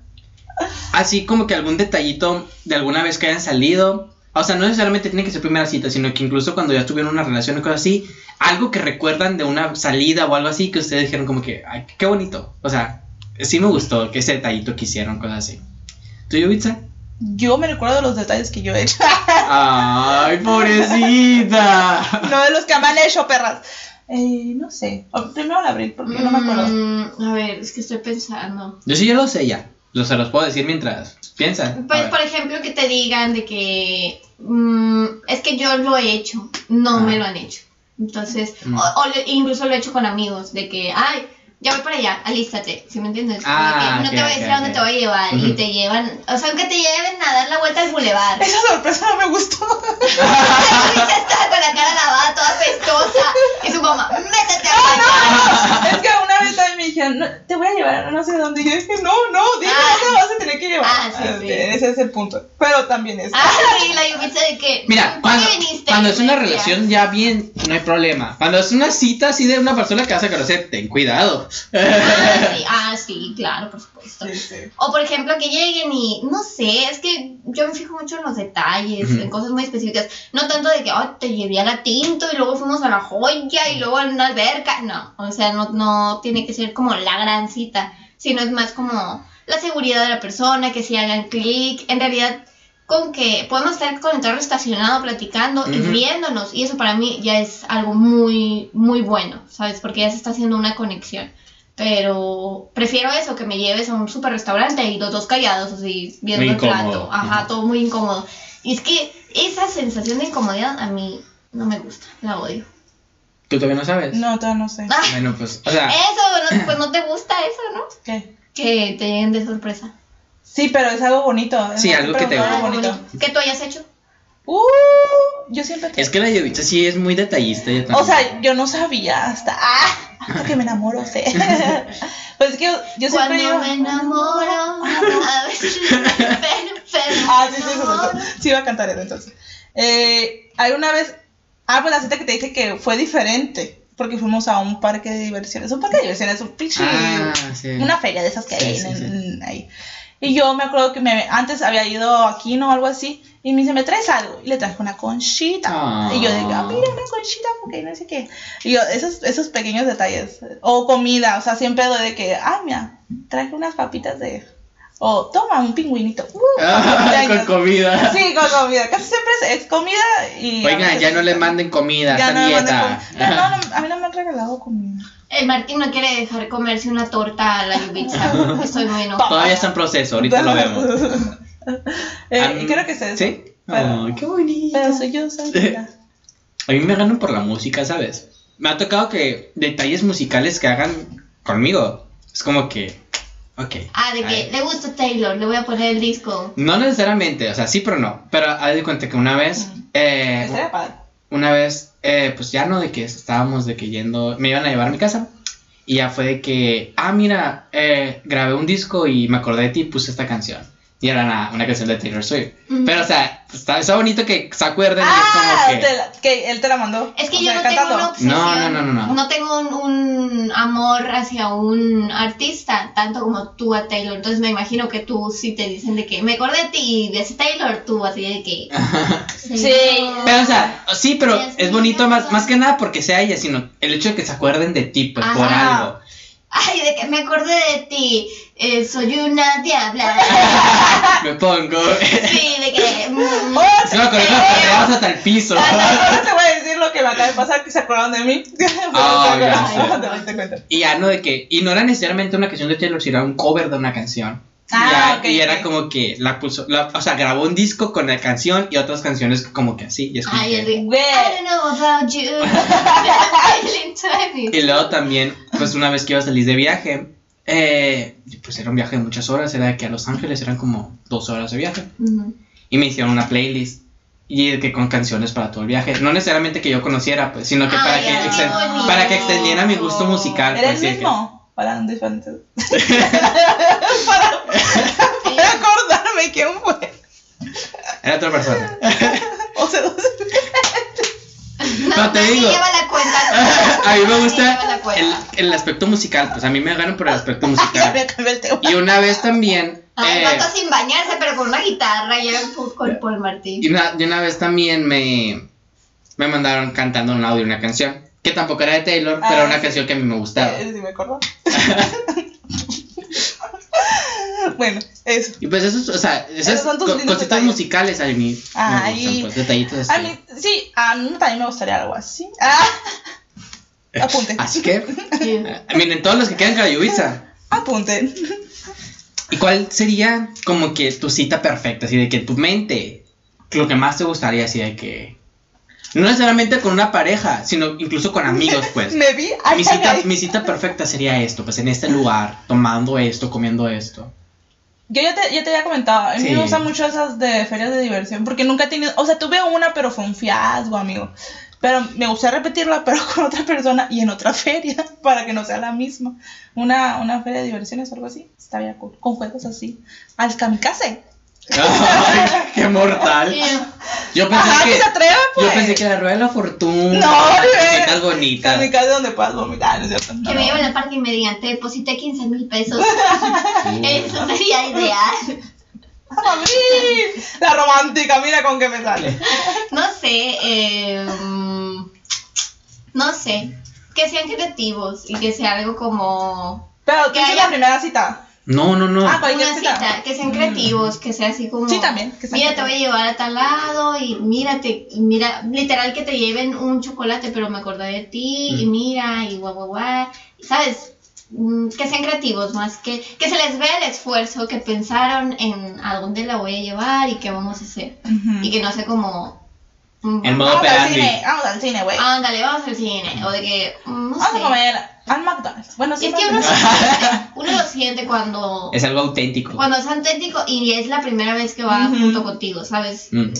Speaker 6: Así como que algún detallito de alguna vez que hayan salido. O sea, no necesariamente tiene que ser primera cita, sino que incluso cuando ya tuvieron una relación o cosas así, algo que recuerdan de una salida o algo así que ustedes dijeron como que, ay, qué bonito. O sea, sí me gustó que ese detallito que hicieron, cosas así. ¿Tú, Yubitsa?
Speaker 3: Yo me recuerdo de los detalles que yo he hecho,
Speaker 6: ¡Ay, pobrecita!
Speaker 3: no de los que me han hecho, perras. Eh, no sé, o- primero la abrí, porque no me acuerdo.
Speaker 2: Mm, a ver, es que estoy pensando.
Speaker 6: Yo sí, yo lo sé ya. Lo se los puedo decir mientras piensan. A
Speaker 2: Pues,
Speaker 6: ver.
Speaker 2: por ejemplo, que te digan de que mm, es que yo lo he hecho, no
Speaker 6: Ah.
Speaker 2: me lo han hecho. Entonces,
Speaker 6: Mm.
Speaker 2: o, o lo- incluso lo he hecho con amigos, de que, ay, ya voy para allá, alístate, ¿sí me entiendes? Como
Speaker 6: Ah,
Speaker 2: que no te voy
Speaker 6: ok,
Speaker 2: a decir
Speaker 6: ok,
Speaker 2: a dónde
Speaker 6: ok.
Speaker 2: te voy a llevar, y
Speaker 6: Ujú.
Speaker 2: te llevan, o sea, aunque te lleven a dar la vuelta al bulevar.
Speaker 3: Esa sorpresa no me gustó.
Speaker 2: Luisa está con la cara lavada, toda festosa, y su mamá,
Speaker 6: Ah,
Speaker 2: métete a
Speaker 3: es que una vez también me dijeron, "No, te voy a llevar a no sé dónde. Y yo dije, no, no, dime
Speaker 2: Ah.
Speaker 3: dónde vas a tener que llevar.
Speaker 2: Ah, sí, sí.
Speaker 3: Ese es el punto. Pero también es.
Speaker 2: Ah, sí, la Yubitsa de que,
Speaker 6: Mira,
Speaker 2: "¿Por
Speaker 6: cuando,
Speaker 2: qué viniste?"
Speaker 6: cuando es una
Speaker 2: Ya. Ah,
Speaker 6: relación ya bien, no hay problema. Cuando es una cita así de una persona que vas a conocer, ten cuidado.
Speaker 2: Ah, sí, ah, sí, claro, por supuesto.
Speaker 3: Sí, sí.
Speaker 2: O por ejemplo, que lleguen y, no sé, es que yo me fijo mucho en los detalles,
Speaker 6: Ujú.
Speaker 2: en cosas muy específicas. No tanto de que, oh, te llevé a la tinto y luego fuimos a la joya y luego a una alberca. No, o sea, no, no tiene que ser como la gran cita, sino es más como la seguridad de la persona, que si hagan clic. En realidad, con que podemos estar con el carro estacionado platicando y
Speaker 6: Ujú.
Speaker 2: riéndonos. Y eso para mí ya es algo muy, muy bueno, ¿sabes? Porque ya se está haciendo una conexión. Pero prefiero eso, que me lleves a un super restaurante y los dos callados, así, viendo
Speaker 6: Muy
Speaker 2: el plato.
Speaker 6: incómodo.
Speaker 2: Ajá,
Speaker 6: Ujú.
Speaker 2: todo muy incómodo. Y es que esa sensación de incomodidad a mí no me gusta, la odio.
Speaker 6: ¿Tú todavía no sabes?
Speaker 3: No, Eh. todavía no sé.
Speaker 2: Ah,
Speaker 6: Bueno, pues, o sea,
Speaker 2: eso, no- pues no te gusta eso, ¿no?
Speaker 3: ¿Qué?
Speaker 2: Que te lleguen de sorpresa.
Speaker 3: Sí, pero es algo bonito.
Speaker 6: Sí,
Speaker 3: ¿no?
Speaker 6: algo
Speaker 3: Pero
Speaker 6: que te
Speaker 3: no algo
Speaker 2: Ah,
Speaker 3: bonito.
Speaker 2: bonito. ¿Qué tú hayas hecho?
Speaker 3: Uh, yo siempre te-
Speaker 6: es que la Yovita sí es muy detallista. ella
Speaker 3: O
Speaker 6: también.
Speaker 3: sea, yo no sabía hasta, ah, hasta que me enamoro, sé. pues es que yo, yo siempre
Speaker 2: Cuando
Speaker 3: digo-
Speaker 2: me enamoro, a veces me enfermo,
Speaker 3: Ah,
Speaker 2: me
Speaker 3: sí, sí, sí,
Speaker 2: enamoro.
Speaker 3: sí, sí, sí, iba a cantar eso entonces. Eh, hay una vez, ah, pues la cita que te dije que fue diferente, porque fuimos a un parque de diversiones, un parque de diversiones, un pinche,
Speaker 6: Ah, sí.
Speaker 3: una feria de esas que
Speaker 6: Sí,
Speaker 3: hay
Speaker 6: sí,
Speaker 3: en-
Speaker 6: sí.
Speaker 3: en- ahí. Y yo me acuerdo que me, antes había ido aquí, ¿no? Algo así, y me dice, ¿me traes algo? Y le traje una conchita.
Speaker 6: Ah.
Speaker 3: Y yo digo, ah, mira, una conchita, porque no sé qué. Y yo, esos, esos pequeños detalles, o comida, o sea, siempre doy de que, ah, mira, traje unas papitas de... O toma un pingüinito. Uh,
Speaker 6: Ah,
Speaker 3: cumpleaños.
Speaker 6: con comida.
Speaker 3: Sí, con comida. Casi siempre es, es comida y. a
Speaker 6: Oigan,
Speaker 3: veces-
Speaker 6: ya no le manden comida,
Speaker 3: Ya
Speaker 6: está
Speaker 3: no le mandan
Speaker 6: dieta.
Speaker 3: comida. No, no, no, a mí no me han regalado comida.
Speaker 2: El Martín no quiere dejar comerse una torta a la Yubitsa. Estoy muy enojada.
Speaker 6: Todavía está en proceso, ahorita lo vemos.
Speaker 3: Eh,
Speaker 6: Am-
Speaker 3: y creo que es eso.
Speaker 6: ¿Sí? Ah,
Speaker 3: Pero-
Speaker 6: Ay, qué bonito.
Speaker 3: Pero soy yo, soy linda.
Speaker 6: A mí me ganan por la música, ¿sabes? Me ha tocado que detalles musicales que hagan conmigo. Es como que. Ok.
Speaker 2: Ah, de que
Speaker 6: Ay.
Speaker 2: le gusta Taylor, le voy a poner el disco.
Speaker 6: No necesariamente, o sea, sí, pero no. Pero haz de cuenta que una vez. eh,
Speaker 3: Estaría padre.
Speaker 6: una vez, eh, pues ya no de que estábamos de que yendo, me iban a llevar a mi casa. Y ya fue de que, ah, mira, eh, grabé un disco y me acordé de ti y puse esta canción. Y era una, una canción de Taylor Swift.
Speaker 2: Ujú.
Speaker 6: Pero, o sea, pues, está, está bonito que se acuerden. y es
Speaker 3: Ah,
Speaker 6: como que-
Speaker 3: te la- que él te la mandó.
Speaker 2: Es que
Speaker 3: O
Speaker 2: yo
Speaker 3: sea,
Speaker 2: no
Speaker 3: cantando.
Speaker 2: tengo una obsesión.
Speaker 6: No, no, no, no, no.
Speaker 2: tengo un, un amor hacia un artista, tanto como tú a Taylor. Entonces me imagino que tú sí te dicen de que me acordé de ti y de ese Taylor, tú así de que.
Speaker 3: Sí.
Speaker 6: Pero, o sea, sí, pero
Speaker 2: Dios
Speaker 6: es bonito
Speaker 2: mío.
Speaker 6: más, más que nada porque sea ella, sino el hecho de que se acuerden de ti, pues, por
Speaker 2: Ajá.
Speaker 6: algo.
Speaker 2: Ay, de que me acordé de ti, eh, soy una diabla.
Speaker 6: Me pongo.
Speaker 2: Sí, de que. mm,
Speaker 3: Ahora
Speaker 6: Se me acordé cuando corríamos hasta el piso.
Speaker 3: Ah, ahora te voy a decir lo que me acaba de pasar, que se acordaron de mí.
Speaker 6: Ah, ya
Speaker 2: sé.
Speaker 3: Te diste cuenta.
Speaker 6: Y ya no de que, y no era necesariamente una canción de Taylor, sino era un cover de una canción.
Speaker 3: Ah,
Speaker 6: Ya,
Speaker 3: ok,
Speaker 6: y era
Speaker 3: ok.
Speaker 6: como que la puso, la- o sea, grabó un disco con la canción y otras canciones como que así. Y, es como
Speaker 2: Ay,
Speaker 6: que-
Speaker 2: el de.
Speaker 3: Güey.
Speaker 2: I don't know about you. I'm feeling twenty.
Speaker 6: y luego también, pues una vez que iba a salir de viaje, eh, pues era un viaje de muchas horas, era de que a Los Ángeles eran como dos horas de viaje.
Speaker 2: Ujú.
Speaker 6: y me hicieron una playlist y de que con canciones para todo el viaje no necesariamente que yo conociera pues sino que
Speaker 2: Ay,
Speaker 6: para que
Speaker 2: ay,
Speaker 6: exten-
Speaker 2: qué bonito.
Speaker 6: para que extendiera mi gusto musical
Speaker 3: ¿Era el
Speaker 6: pues, y de que-
Speaker 3: mismo? Para un diferente. para, para acordarme quién fue.
Speaker 6: era otra persona
Speaker 3: O sea,
Speaker 2: No,
Speaker 6: No, te
Speaker 2: nadie
Speaker 6: digo.
Speaker 2: lleva la cuenta.
Speaker 6: a mí me
Speaker 2: Nadie
Speaker 6: gusta
Speaker 2: lleva la
Speaker 6: el,
Speaker 2: cuenta.
Speaker 6: el aspecto musical pues a mí me ganan por el aspecto
Speaker 3: ya
Speaker 6: musical
Speaker 3: había cambiado el tema.
Speaker 6: y una vez también
Speaker 2: Ah, el
Speaker 6: eh,
Speaker 2: vato sin bañarse, pero con una guitarra ya fu- con Paul Martín.
Speaker 6: y una, y una vez también me me mandaron cantando un audio de una canción que tampoco era de Taylor pero
Speaker 3: Ah,
Speaker 6: era una
Speaker 3: sí.
Speaker 6: canción que a mí me gustaba
Speaker 3: Eh, Sí, me acuerdo. bueno, eso.
Speaker 6: y pues eso es, o sea esas
Speaker 3: Esos son tus
Speaker 6: co-
Speaker 3: lindos
Speaker 6: cositas
Speaker 3: detalles. Ah,
Speaker 6: musicales a mí me
Speaker 3: Ay.
Speaker 6: gustan, pues, detallitos así
Speaker 3: A mí, sí, a mí también me gustaría algo así. Ah, apunte.
Speaker 6: Así que,
Speaker 2: Sí.
Speaker 6: eh, miren, todos los que quedan con la Yubisa,
Speaker 3: Apunten.
Speaker 6: ¿Y cuál sería como que tu cita perfecta? Así de que tu mente, lo que más te gustaría, así de que. No necesariamente con una pareja, sino incluso con amigos, pues.
Speaker 3: Me vi. ay,
Speaker 6: mi,
Speaker 3: ay,
Speaker 6: cita,
Speaker 3: ay.
Speaker 6: mi cita perfecta sería esto, pues en este lugar, tomando esto, comiendo esto.
Speaker 3: Yo ya te, ya te había comentado, a mí
Speaker 6: Sí.
Speaker 3: me gustan mucho esas de ferias de diversión, porque nunca he tenido, o sea, tuve una, pero fue un fiasco, amigo. Pero me gusta repetirla, pero con otra persona y en otra feria, para que no sea la misma. Una, una feria de diversiones o algo así, está bien cool, con juegos así. Al kamikaze.
Speaker 6: ¡Qué mortal! Yo pensé
Speaker 3: Ajá, que, se
Speaker 6: que.
Speaker 3: atreva, pues.
Speaker 6: Yo pensé que la rueda de la fortuna.
Speaker 3: No, bebé.
Speaker 6: Cositas bonitas.
Speaker 3: Kamikaze donde puedas vomitar, ¿no es cierto? No,
Speaker 2: Que me
Speaker 3: no.
Speaker 2: lleven al parque y me digan, te deposité 15 mil pesos.
Speaker 6: Uh.
Speaker 3: Eh.
Speaker 2: Eso sería ideal.
Speaker 3: A mí, La romántica, mira con qué me sale.
Speaker 2: No sé, eh, mm, no sé. Que sean creativos y que sea algo como
Speaker 3: Pero
Speaker 2: Que
Speaker 3: que es
Speaker 2: haya-
Speaker 3: la primera cita.
Speaker 6: No, no, no.
Speaker 3: Ah, cualquier
Speaker 2: una cita, que sean creativos, que sea así como
Speaker 3: Sí, también, que sean
Speaker 2: mira, te voy a llevar a tal lado y mírate, y mira, literal que te lleven un chocolate, pero me acordé de ti y
Speaker 6: Mm.
Speaker 2: mira y guau guau guau. ¿Sabes? Mm, Que sean creativos más que que se les vea el esfuerzo que pensaron en a dónde la voy a llevar y qué vamos a hacer
Speaker 3: Ujú.
Speaker 2: y que no sea como mm,
Speaker 6: El modo
Speaker 3: Vamos al
Speaker 6: operandi.
Speaker 3: cine, vamos al cine, güey.
Speaker 2: ándale, vamos al cine. O de que, mm, no
Speaker 3: Vamos
Speaker 2: sé.
Speaker 3: a comer al McDonald's. Bueno, sí.
Speaker 2: Es que uno,
Speaker 3: McDonald's.
Speaker 2: siente- uno lo siente cuando,
Speaker 6: Es algo auténtico.
Speaker 2: cuando es auténtico y es la primera vez que va
Speaker 3: Ujú.
Speaker 2: junto contigo, ¿sabes?
Speaker 6: Mm.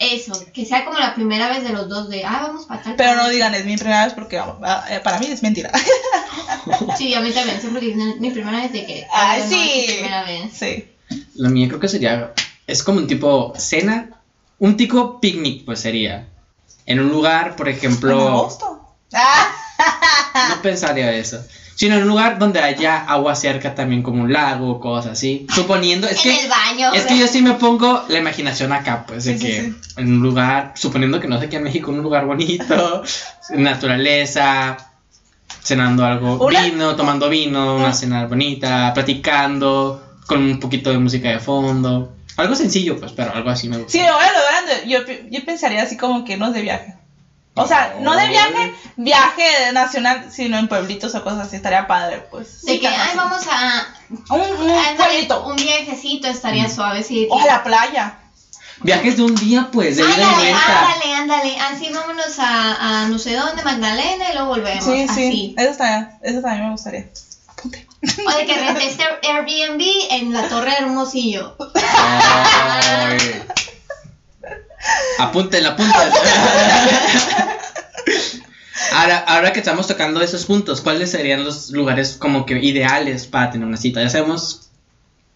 Speaker 2: Eso, que sea como la primera vez de los dos de, ah, vamos para tal.
Speaker 3: Pero no
Speaker 2: lado".
Speaker 3: digan, es mi primera vez porque ah, eh, para mí es mentira.
Speaker 2: Sí, a mí también, siempre dicen, mi primera vez de que. "Ah,
Speaker 3: Ay,
Speaker 2: no,
Speaker 3: sí.
Speaker 2: es mi primera vez.
Speaker 3: Sí.
Speaker 6: La mía creo que sería. Es como un tipo cena. Un tipo picnic, pues sería. En un lugar, por
Speaker 3: ¿En
Speaker 6: ejemplo.
Speaker 3: agosto? Ah,
Speaker 6: No pensaría eso. Sino en un lugar donde haya agua cerca también, como un lago, cosas así. Suponiendo. Es
Speaker 2: en
Speaker 6: que.
Speaker 2: el baño.
Speaker 6: Es que yo sí me pongo la imaginación acá, pues, de
Speaker 3: Sí, sí,
Speaker 6: que
Speaker 3: sí.
Speaker 6: en un lugar, suponiendo que no sé qué en México, un lugar bonito, naturaleza, cenando algo,
Speaker 3: Una-
Speaker 6: vino, tomando vino, una
Speaker 3: Ah.
Speaker 6: cena bonita, platicando, con un poquito de música de fondo. Algo sencillo, pues, pero algo así me gusta.
Speaker 3: sí, me voy a lo grande. Yo, pi- yo pensaría así como que no es de viaje. O sea, no
Speaker 6: Oh.
Speaker 3: de viaje, viaje nacional, sino en pueblitos o cosas así. Estaría padre, pues.
Speaker 2: De que,
Speaker 3: Sí,
Speaker 2: ay,
Speaker 3: sí.
Speaker 2: vamos a.
Speaker 3: Un, un
Speaker 2: ándale,
Speaker 3: pueblito.
Speaker 2: Un viajecito
Speaker 6: Mm.
Speaker 2: estaría suave, sí.
Speaker 3: O a la playa.
Speaker 6: Viajes de un día, pues, de
Speaker 3: Ah,
Speaker 6: ida y
Speaker 2: Ándale,
Speaker 6: vuelta.
Speaker 2: ándale, ándale. Así vámonos a, a no sé dónde, Magdalena, y luego volvemos.
Speaker 3: Sí,
Speaker 2: así.
Speaker 3: sí. Eso también, eso también me gustaría.
Speaker 2: O de que rentes Air- Airbnb en la Torre de Hermosillo.
Speaker 6: Ay. Apúntenla, apúntenla. Ahora, ahora que estamos tocando esos puntos, ¿cuáles serían los lugares como que ideales para tener una cita? Ya sabemos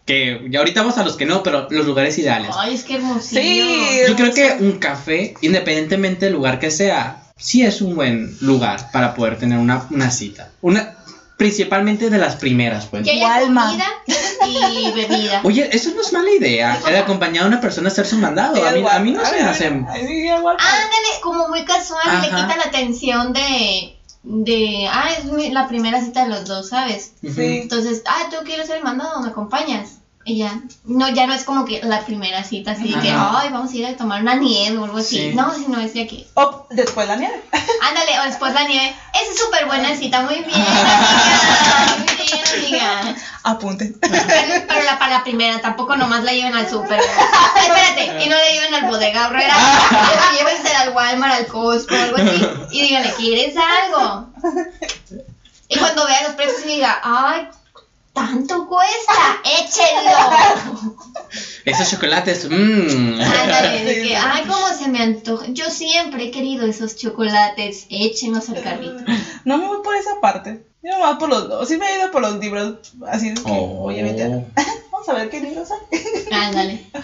Speaker 6: que ya ahorita vamos a los que no, pero los lugares ideales.
Speaker 2: Ay, es que Hermosillo.
Speaker 3: Sí.
Speaker 6: Yo creo que un café, independientemente del lugar que sea, sí es un buen lugar para poder tener una, una cita. Una, principalmente de las primeras, pues.
Speaker 2: Que haya
Speaker 3: Walmart.
Speaker 2: comida y bebida.
Speaker 6: Oye, eso no es mala idea. El acompañar a una persona a hacer su mandado. A mí, a mí no se me hace.
Speaker 3: Ay, sí, igual.
Speaker 2: Ándale, como muy casual, le
Speaker 6: Ajá.
Speaker 2: quita la tensión de, de, ah, es mi- la primera cita de los dos, ¿sabes?
Speaker 3: Sí.
Speaker 2: Entonces, ah, tú quieres ser el mandado, me acompañas. Y ya, no, ya no es como que la primera cita, así de que,
Speaker 6: Ajá.
Speaker 2: ay, vamos a ir a tomar una nieve o algo así.
Speaker 6: Sí.
Speaker 2: No, si no es de aquí.
Speaker 3: pues. O después la nieve.
Speaker 2: Ándale, o después la nieve. Esa es súper buena cita, muy bien, amiga. Muy bien, amiga.
Speaker 3: Apunten.
Speaker 2: Pero, pero la para la primera, tampoco nomás la lleven al súper. Ay, Espérate, y no la lleven al bodega horrera. Llévense al Walmart, al Costco, algo así. Y díganle, ¿quieres algo? Y cuando vea los precios y diga, ¡ay! Tanto cuesta, échenlo.
Speaker 6: Esos chocolates, mmm.
Speaker 2: Ándale, de que, ay, cómo se me antoja. Yo siempre he querido esos chocolates, échenlos al carrito.
Speaker 3: No me voy por esa parte. Yo me voy por los dos. Sí me he ido por los libros. Así de que,
Speaker 6: Oh.
Speaker 3: oye, vete. Vamos a ver qué libros hay.
Speaker 2: Ándale.
Speaker 6: Oh.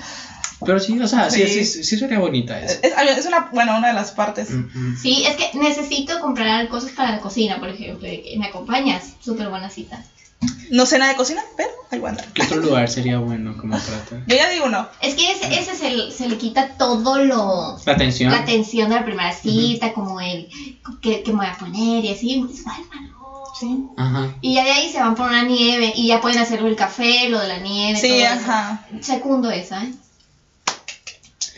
Speaker 6: Pero sí, o sea, sí, sí,
Speaker 3: Sí.
Speaker 6: sí, sí sería bonita eso.
Speaker 3: Es, es una, bueno, una de las partes.
Speaker 6: Mm, mm.
Speaker 2: Sí, es que necesito comprar cosas para la cocina, por ejemplo. de que, ¿Me acompañas? Súper buena cita.
Speaker 3: No sé nada de cocina, pero ahí voy a andar.
Speaker 6: ¿Qué otro lugar sería bueno como trata?
Speaker 3: Yo ya digo no.
Speaker 2: Es que ese, ese se, le- se le quita todo lo...
Speaker 6: La atención.
Speaker 2: La tensión de la primera cita, como el que, me voy a poner y así, es Walmart.
Speaker 3: Sí,
Speaker 6: Ajá.
Speaker 2: Y ya de ahí se van por una nieve y ya pueden hacer el café, lo de la nieve.
Speaker 3: sí
Speaker 2: todo eso.
Speaker 3: ajá.
Speaker 2: Segundo esa, ¿eh?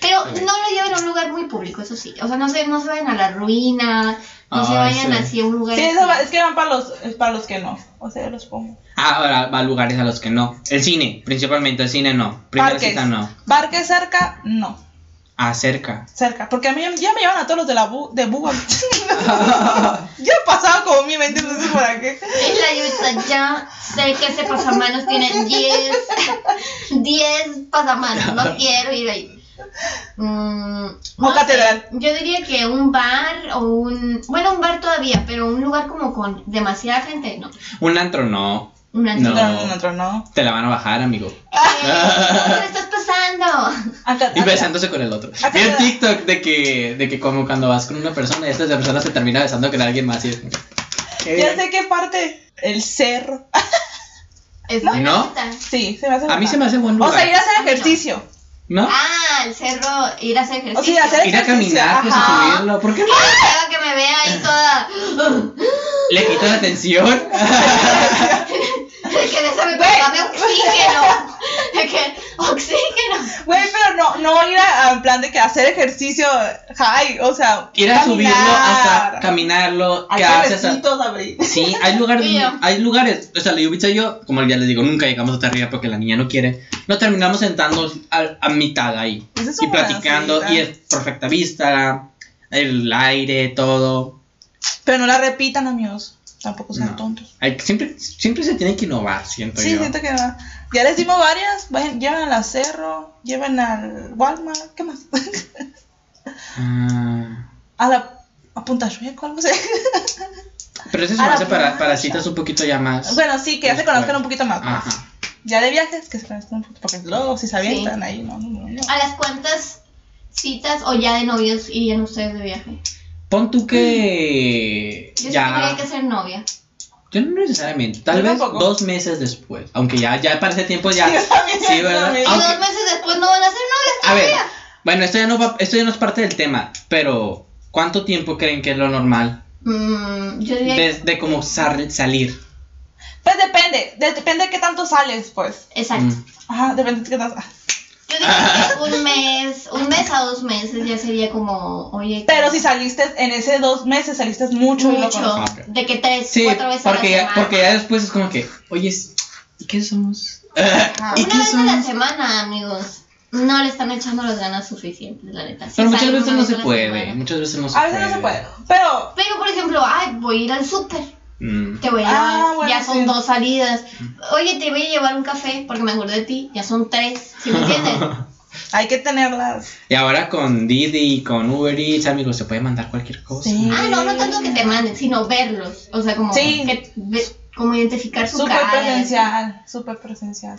Speaker 2: Pero
Speaker 6: Ok.
Speaker 2: no lo lleven a un lugar muy público, eso sí. O sea, no se, no se vayan a las ruinas, no se
Speaker 6: Ah,
Speaker 2: vayan
Speaker 6: sí.
Speaker 2: así a un lugar.
Speaker 3: Sí,
Speaker 2: así.
Speaker 3: eso va- es que van para los, para los que no. O sea, yo los pongo.
Speaker 6: Ah, ahora va a lugares a los que no. El cine, principalmente el cine no. Primera
Speaker 3: Parques.
Speaker 6: cita no.
Speaker 3: Parques cerca, no.
Speaker 6: Acerca.
Speaker 3: Cerca. Porque a mí ya me llevan a todos los de la bu- de Google. ya he pasado como mi mente, no sé por qué.
Speaker 2: En la Yuta ya sé que ese pasamanos tiene 10 10 pasamanos. No quiero ir ahí. Mm, no
Speaker 3: O catedral.
Speaker 2: sé, yo diría que un bar o un. Bueno, un bar todavía, pero un lugar como con demasiada gente, no.
Speaker 6: Un antro no.
Speaker 2: Una
Speaker 6: No.
Speaker 3: No, no, no, no.
Speaker 6: Te la van a bajar, amigo.
Speaker 2: ¿Qué estás pasando?
Speaker 3: Acá-
Speaker 6: Y
Speaker 3: acá-
Speaker 6: besándose con el otro.
Speaker 3: Ah,
Speaker 6: Vi el
Speaker 3: pero-
Speaker 6: TikTok de que, de que como cuando vas con una persona y esta persona se termina besando con alguien más y es-
Speaker 3: Ya sé qué parte. El cerro. Ah,
Speaker 2: Es buena
Speaker 6: ¿No?
Speaker 2: cita.
Speaker 3: Sí, se me hace.
Speaker 6: A mí
Speaker 3: bacán.
Speaker 6: se me hace buen lugar.
Speaker 3: O sea, ir a hacer ejercicio.
Speaker 6: ¿No?
Speaker 2: Ah, el cerro, ir a hacer ejercicio.
Speaker 3: O sea, hacer
Speaker 6: Ir a
Speaker 3: ejercicio,
Speaker 6: caminar, pues,
Speaker 2: ajá.
Speaker 6: a subirlo. ¿Por qué no?
Speaker 2: Chava que me vea ahí toda.
Speaker 6: Le quito la atención.
Speaker 2: Que déjame
Speaker 3: Güey.
Speaker 2: dame oxígeno. De que, oxígeno.
Speaker 3: Güey, pero no, no ir a, en plan de que hacer ejercicio high, o sea.
Speaker 6: Ir a subirlo
Speaker 3: caminar.
Speaker 6: hasta caminarlo. ¿Qué
Speaker 3: Hacer
Speaker 6: haces? a-
Speaker 3: besitos, abrir.
Speaker 6: Sí, hay lugares,
Speaker 2: Mira.
Speaker 6: hay lugares, o sea, la Yubitsa y yo, como ya les digo, nunca llegamos hasta arriba porque la niña no quiere, nos terminamos sentando a, a mitad ahí
Speaker 3: Esa es
Speaker 6: y
Speaker 3: una
Speaker 6: platicando
Speaker 3: cita.
Speaker 6: y es perfecta vista, el aire, todo.
Speaker 3: Pero no la repitan, amigos. Tampoco sean
Speaker 6: No.
Speaker 3: tontos.
Speaker 6: Hay que- siempre, siempre se tiene que innovar, siento
Speaker 3: Sí,
Speaker 6: yo.
Speaker 3: siento que va. Ya les dimos varias. Vayan, lleven al Cerro, lleven al Walmart, ¿qué más?
Speaker 6: Ah,
Speaker 3: a la a Punta Chueco, algo así.
Speaker 6: pero eso se
Speaker 3: A
Speaker 6: me
Speaker 3: la
Speaker 6: hace para,
Speaker 3: playa.
Speaker 6: para citas un poquito ya más.
Speaker 3: pues, Bueno, sí, que ya se
Speaker 6: Después.
Speaker 3: conozcan un poquito más. pues.
Speaker 6: Ajá.
Speaker 3: Ya de viajes, que se conozcan un poquito. Porque luego, si se avientan ahí, no, no, no, no.
Speaker 2: ¿A las cuantas citas o ya de novios irían ustedes de viaje?
Speaker 6: Pon tú que
Speaker 2: Yo
Speaker 6: ya,
Speaker 2: tendría que ser novia.
Speaker 6: yo no necesariamente, tal
Speaker 3: Yo
Speaker 6: vez
Speaker 3: tampoco.
Speaker 6: dos meses después, aunque ya, ya para ese tiempo ya,
Speaker 3: Yo también
Speaker 6: sí,
Speaker 3: pienso lo
Speaker 6: ¿verdad?
Speaker 3: mismo.
Speaker 2: Y
Speaker 6: Aunque-
Speaker 2: dos meses después no van a ser novias
Speaker 6: A ver,
Speaker 2: todavía.
Speaker 6: bueno, esto ya, no va- esto ya no es parte del tema, pero ¿cuánto tiempo creen que es lo normal?
Speaker 2: Mm, yo diría que.
Speaker 6: Desde como sar- salir.
Speaker 3: Pues depende, de- depende de qué tanto sales, pues.
Speaker 2: Exacto.
Speaker 6: Mm.
Speaker 3: Ajá, depende de qué tanto. ah.
Speaker 2: Yo diría que un mes, un mes a dos meses ya sería como, oye.
Speaker 3: Pero si saliste en ese dos meses, saliste mucho, y lo
Speaker 2: mucho,
Speaker 3: conoces.
Speaker 6: conozco.
Speaker 2: de que tres,
Speaker 6: Sí,
Speaker 2: cuatro veces
Speaker 6: porque
Speaker 2: a la
Speaker 6: ya,
Speaker 2: semana.
Speaker 6: porque ya después es como que, oye, es- ¿y qué somos?
Speaker 3: Ajá.
Speaker 6: ¿Y
Speaker 2: Una
Speaker 6: qué
Speaker 2: vez a la
Speaker 6: somos?
Speaker 2: semana, amigos. No le están echando las ganas suficientes, la neta. Sí
Speaker 6: Pero muchas
Speaker 2: salen
Speaker 6: veces
Speaker 2: una
Speaker 6: no
Speaker 2: vez a
Speaker 6: se
Speaker 2: la
Speaker 6: puede,
Speaker 2: semana.
Speaker 6: muchas veces no se
Speaker 3: A
Speaker 6: puede.
Speaker 3: veces no se puede. Pero
Speaker 2: Pero, por ejemplo, ay, voy a ir al súper.
Speaker 6: Mm.
Speaker 2: Te voy a llevar.
Speaker 3: Ah, bueno,
Speaker 2: ¿eh? ya son
Speaker 3: sí.
Speaker 2: dos salidas. Oye, te voy a llevar un café porque me acordé de ti. Ya son tres. ¿Sí me entiendes?
Speaker 3: hay que tenerlas.
Speaker 6: Y ahora con Didi y con Uber Eats, amigos, se puede mandar cualquier cosa.
Speaker 3: Sí.
Speaker 2: ah, no, no tanto que te manden, sino verlos. O sea, como,
Speaker 3: Sí.
Speaker 2: que ve- como identificar su
Speaker 3: Súper
Speaker 2: cara.
Speaker 3: presencial, súper presencial.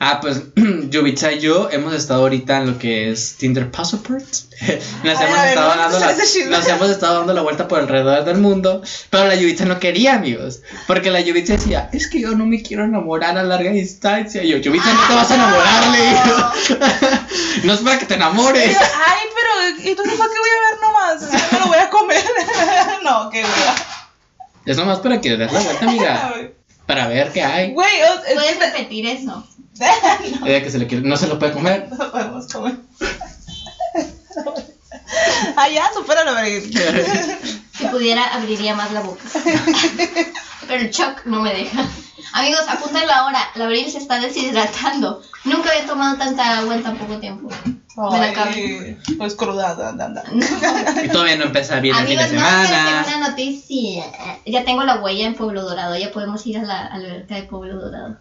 Speaker 6: Ah, pues Yubitsa y yo hemos estado ahorita en lo que es Tinder Passport. Nos,
Speaker 3: Ay,
Speaker 6: hemos,
Speaker 3: a ver,
Speaker 6: estado
Speaker 3: no
Speaker 6: dando la,
Speaker 3: empieces ese chisme.
Speaker 6: nos hemos estado dando la vuelta por alrededor del mundo, pero la Yubitsa no quería, amigos. Porque la Yubitsa decía, es que yo no me quiero enamorar a larga distancia. Y yo, Yubitsa, no te vas a enamorar, le digo. no es para que te enamores.
Speaker 3: Digo, Ay, pero entonces ¿para qué voy a ver nomás? O sea, me lo voy a comer. no, qué hueva.
Speaker 6: Es nomás para que des la vuelta, amiga. Para ver qué hay.
Speaker 3: Güey, o- es-
Speaker 2: Puedes
Speaker 3: es-
Speaker 2: repetir eso.
Speaker 6: Ella que se le quiere- no se lo puede comer.
Speaker 3: no podemos comer. Allá, supéralo, verga.
Speaker 2: Si pudiera, abriría más la boca. Pero el shock no me deja. Amigos, apunten la hora. La abril se está deshidratando. Nunca había tomado tanta agua en tan poco tiempo. Me la acabé.
Speaker 3: Ay, Pues cruda, anda, anda.
Speaker 6: Y todavía no empieza bien el fin de
Speaker 2: Amigos, no, les tengo
Speaker 6: semana.
Speaker 2: una noticia. Ya tengo la huella en Pueblo Dorado. Ya podemos ir a la alberca de Pueblo Dorado.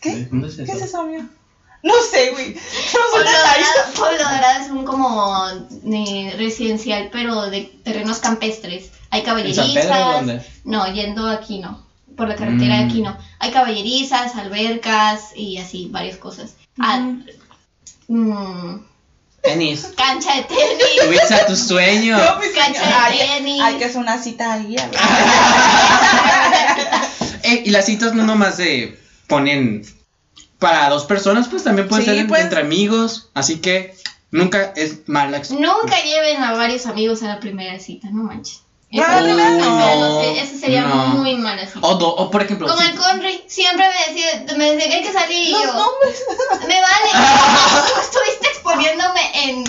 Speaker 3: ¿Qué?
Speaker 6: ¿Dónde es
Speaker 3: ¿Qué es
Speaker 6: eso?
Speaker 3: eso, amigo? No sé, güey. No soy
Speaker 2: Pueblo
Speaker 3: detallista.
Speaker 2: Dorado, Pueblo Dorado es un como eh, residencial, pero de terrenos campestres. Hay
Speaker 6: ¿En San Pedro o
Speaker 2: caballerizas.
Speaker 6: dónde?
Speaker 2: No, yendo a Aquino, por la carretera de
Speaker 6: Mm.
Speaker 2: Aquino. Hay caballerizas, albercas y así, varias cosas. Ah, mm,
Speaker 6: Tenis.
Speaker 2: cancha de tenis.
Speaker 6: Yubitsa, tu sueño.
Speaker 3: Yo, pues,
Speaker 2: Cancha de
Speaker 3: ay,
Speaker 2: tenis.
Speaker 3: Hay que hacer una cita ahí. a ver.
Speaker 6: Eh, y las citas no nomás se ponen para dos personas, pues también puede
Speaker 3: Sí,
Speaker 6: ser en-
Speaker 3: pues.
Speaker 6: entre amigos. Así que nunca es mala ex-
Speaker 2: Nunca lleven a varios amigos a la primera cita, no manches.
Speaker 3: No,
Speaker 2: Eso-
Speaker 3: no, no.
Speaker 2: eso- eso sería
Speaker 6: No. Oh,
Speaker 2: muy mala cita.
Speaker 6: O, do- o por ejemplo,
Speaker 2: Como
Speaker 6: si-
Speaker 2: el Conry, siempre me decía, me decía que hay que salir y
Speaker 3: Los
Speaker 2: yo,
Speaker 3: nombres.
Speaker 2: me vale, tú estuviste exponiéndome en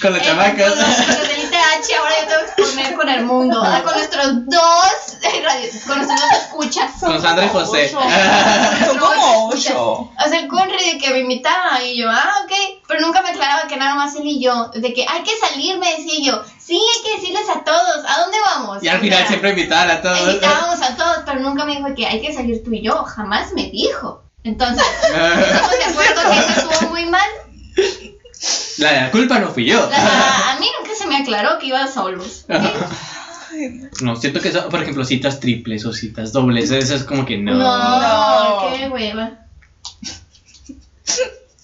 Speaker 6: Con las chamacas.
Speaker 2: Entonces, con los satélite H, ahora yo tengo que exponer con el mundo. ah, Con nuestros dos eh, radio- con nuestros dos escuchas.
Speaker 6: Con Sandra y José.
Speaker 3: Ocho. Son como
Speaker 2: escuchas.
Speaker 3: ocho.
Speaker 2: O sea, con radio que me invitaba y yo, ah, ok. Pero nunca me aclaraba que nada más él y yo. De que hay que salir, me decía yo. Sí, hay que decirles a todos. ¿A dónde vamos?
Speaker 6: Y al
Speaker 2: O
Speaker 6: final
Speaker 2: sea,
Speaker 6: siempre invitaban a todos.
Speaker 2: Invitábamos a todos, pero nunca me dijo que hay que salir tú y yo. Jamás me dijo. Entonces, estamos de acuerdo que eso estuvo muy mal.
Speaker 6: La de la culpa no fui yo.
Speaker 2: La- a mí nunca se me aclaró que iban solos. ¿ok?
Speaker 6: No, siento que eso, por ejemplo, citas triples o citas dobles, eso es como que no.
Speaker 2: No,
Speaker 3: No.
Speaker 2: qué hueva.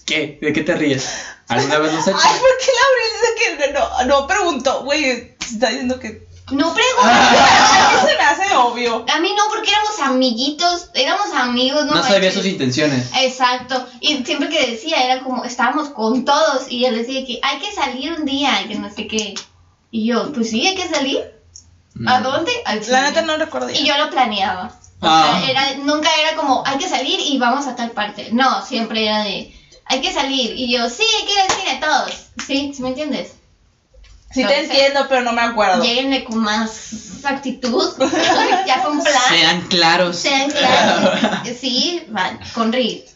Speaker 6: ¿Qué? ¿De qué te ríes? ¿Alguna vez lo has hecho?
Speaker 3: Ay, ¿por qué Laurel dice que no? No preguntó, güey. Está diciendo que.
Speaker 2: No
Speaker 6: Ah.
Speaker 2: pregunto.
Speaker 3: Ay, se me hace obvio.
Speaker 2: A mí no, porque éramos amiguitos, éramos amigos, ¿no?
Speaker 6: No sabía
Speaker 2: manches.
Speaker 6: sus intenciones.
Speaker 2: Exacto. Y siempre que decía, era como, estábamos con todos. Y él decía que hay que salir un día, y que no sé qué. Y yo, pues sí, hay que salir.
Speaker 6: Mm.
Speaker 2: ¿A dónde? Al
Speaker 3: La
Speaker 2: cine.
Speaker 3: neta no recuerdo. ya.
Speaker 2: Y yo lo planeaba. O
Speaker 6: Ah.
Speaker 2: sea, era, nunca era como, hay que salir y vamos a tal parte. No, siempre era de, hay que salir. Y yo, sí, hay que ir al cine todos. ¿Sí? ¿Sí me entiendes?
Speaker 3: Sí
Speaker 2: No,
Speaker 3: te
Speaker 2: o sea,
Speaker 3: entiendo, pero no me acuerdo.
Speaker 2: Lléguenle con más actitud. ya fue un plan.
Speaker 6: Mm. Sean claros.
Speaker 2: Sean claros. Sí, van, con rir.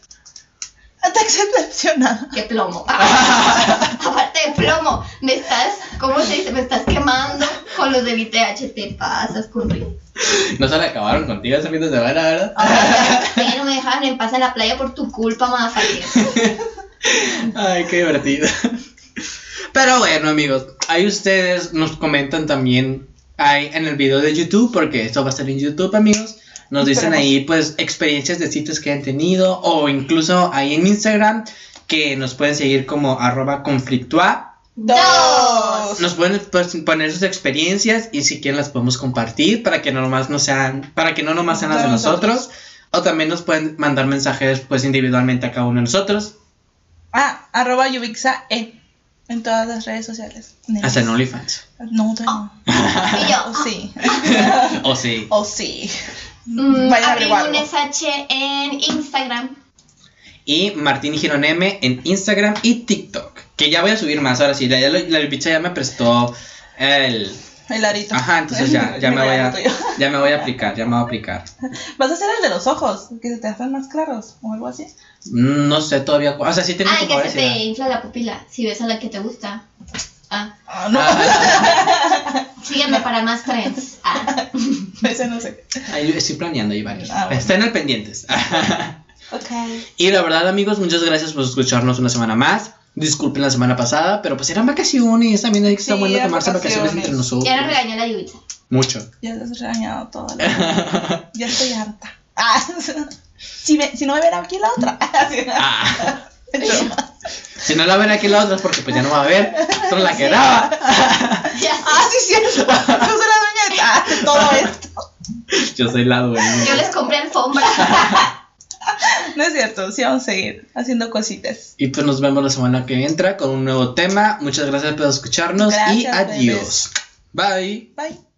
Speaker 3: Ataques decepcionada.
Speaker 2: Qué plomo. Ah, aparte de plomo, me estás, ¿cómo se dice? Me estás quemando con los del ITH. Te pasas con rir.
Speaker 6: No se la acabaron contigo ese fin de semana, ¿verdad?
Speaker 2: Sí, no me dejaron en paz en la playa por tu culpa, motherfucker.
Speaker 6: Ay, qué divertido. Pero bueno, amigos, ahí ustedes nos comentan también ahí en el video de YouTube, porque esto va a estar en YouTube, amigos. Nos dicen ahí, pues, experiencias de citas que han tenido, o incluso ahí en Instagram, que nos pueden seguir como arroba conflictua.
Speaker 2: Dos.
Speaker 6: Nos pueden pues, poner sus experiencias y si quieren las podemos compartir para que no nomás no sean, para que no nomás sean las de
Speaker 3: De nosotros.
Speaker 6: nosotros. O también nos pueden mandar mensajes pues individualmente a cada uno de nosotros.
Speaker 3: Ah, arroba yubixa e. En todas las redes sociales.
Speaker 6: Hasta en OnlyFans.
Speaker 3: No, todavía no.
Speaker 2: Y yo,
Speaker 3: O sí.
Speaker 6: O sí.
Speaker 3: O sí.
Speaker 2: Mm,
Speaker 3: Vayan a
Speaker 2: abrí un
Speaker 3: averiguarlo.
Speaker 2: SH en Instagram.
Speaker 6: y Martín Girón M en Instagram y TikTok. Que ya voy a subir más ahora sí. La, ya lo- la bicha ya me prestó el.
Speaker 3: El larito.
Speaker 6: Ajá, entonces ya, ya me voy a.
Speaker 3: Tuyo.
Speaker 6: Ya me voy a aplicar, ya me voy a aplicar.
Speaker 3: Vas a hacer el de los ojos, que se te hacen más claros o algo así.
Speaker 6: No sé todavía. cu- O sea, sí tiene
Speaker 2: Ay,
Speaker 6: como
Speaker 2: que se te
Speaker 6: varias
Speaker 2: infla la pupila si ves a la que te gusta. Ah,
Speaker 3: Ah, no,
Speaker 2: sígueme para más trends. Ah.
Speaker 3: ese no sé.
Speaker 6: ideas. Ahí estoy planeando, ahí varios.
Speaker 3: Ah, bueno.
Speaker 6: Estén al pendientes.
Speaker 3: Ok.
Speaker 6: Y la verdad, amigos, muchas gracias por escucharnos una semana más. Disculpen la semana pasada, pero pues eran vacaciones. También está
Speaker 3: Sí,
Speaker 6: bueno
Speaker 3: eran
Speaker 6: tomarse vacaciones
Speaker 3: vacaciones.
Speaker 6: entre nosotros.
Speaker 2: Ya nos regañó la Yulitza.
Speaker 6: Mucho.
Speaker 3: Ya les he regañado todo. la- ya estoy harta. Ah, si, me- si no me ven aquí la otra. Así.
Speaker 6: Ah. Si no la ven aquí la otra es porque pues ya no va a ver. Son la que graba.
Speaker 2: Ya sé.
Speaker 3: Ah, sí, es cierto. Yo soy la dueña de ah, de todo esto.
Speaker 6: Yo soy la dueña.
Speaker 2: Yo les compré alfombra.
Speaker 3: No es cierto, sí vamos a seguir haciendo cositas.
Speaker 6: Y pues nos vemos la semana que entra con un nuevo tema. Muchas gracias por escucharnos y
Speaker 3: Gracias,
Speaker 6: adiós. Bye.
Speaker 3: Bye.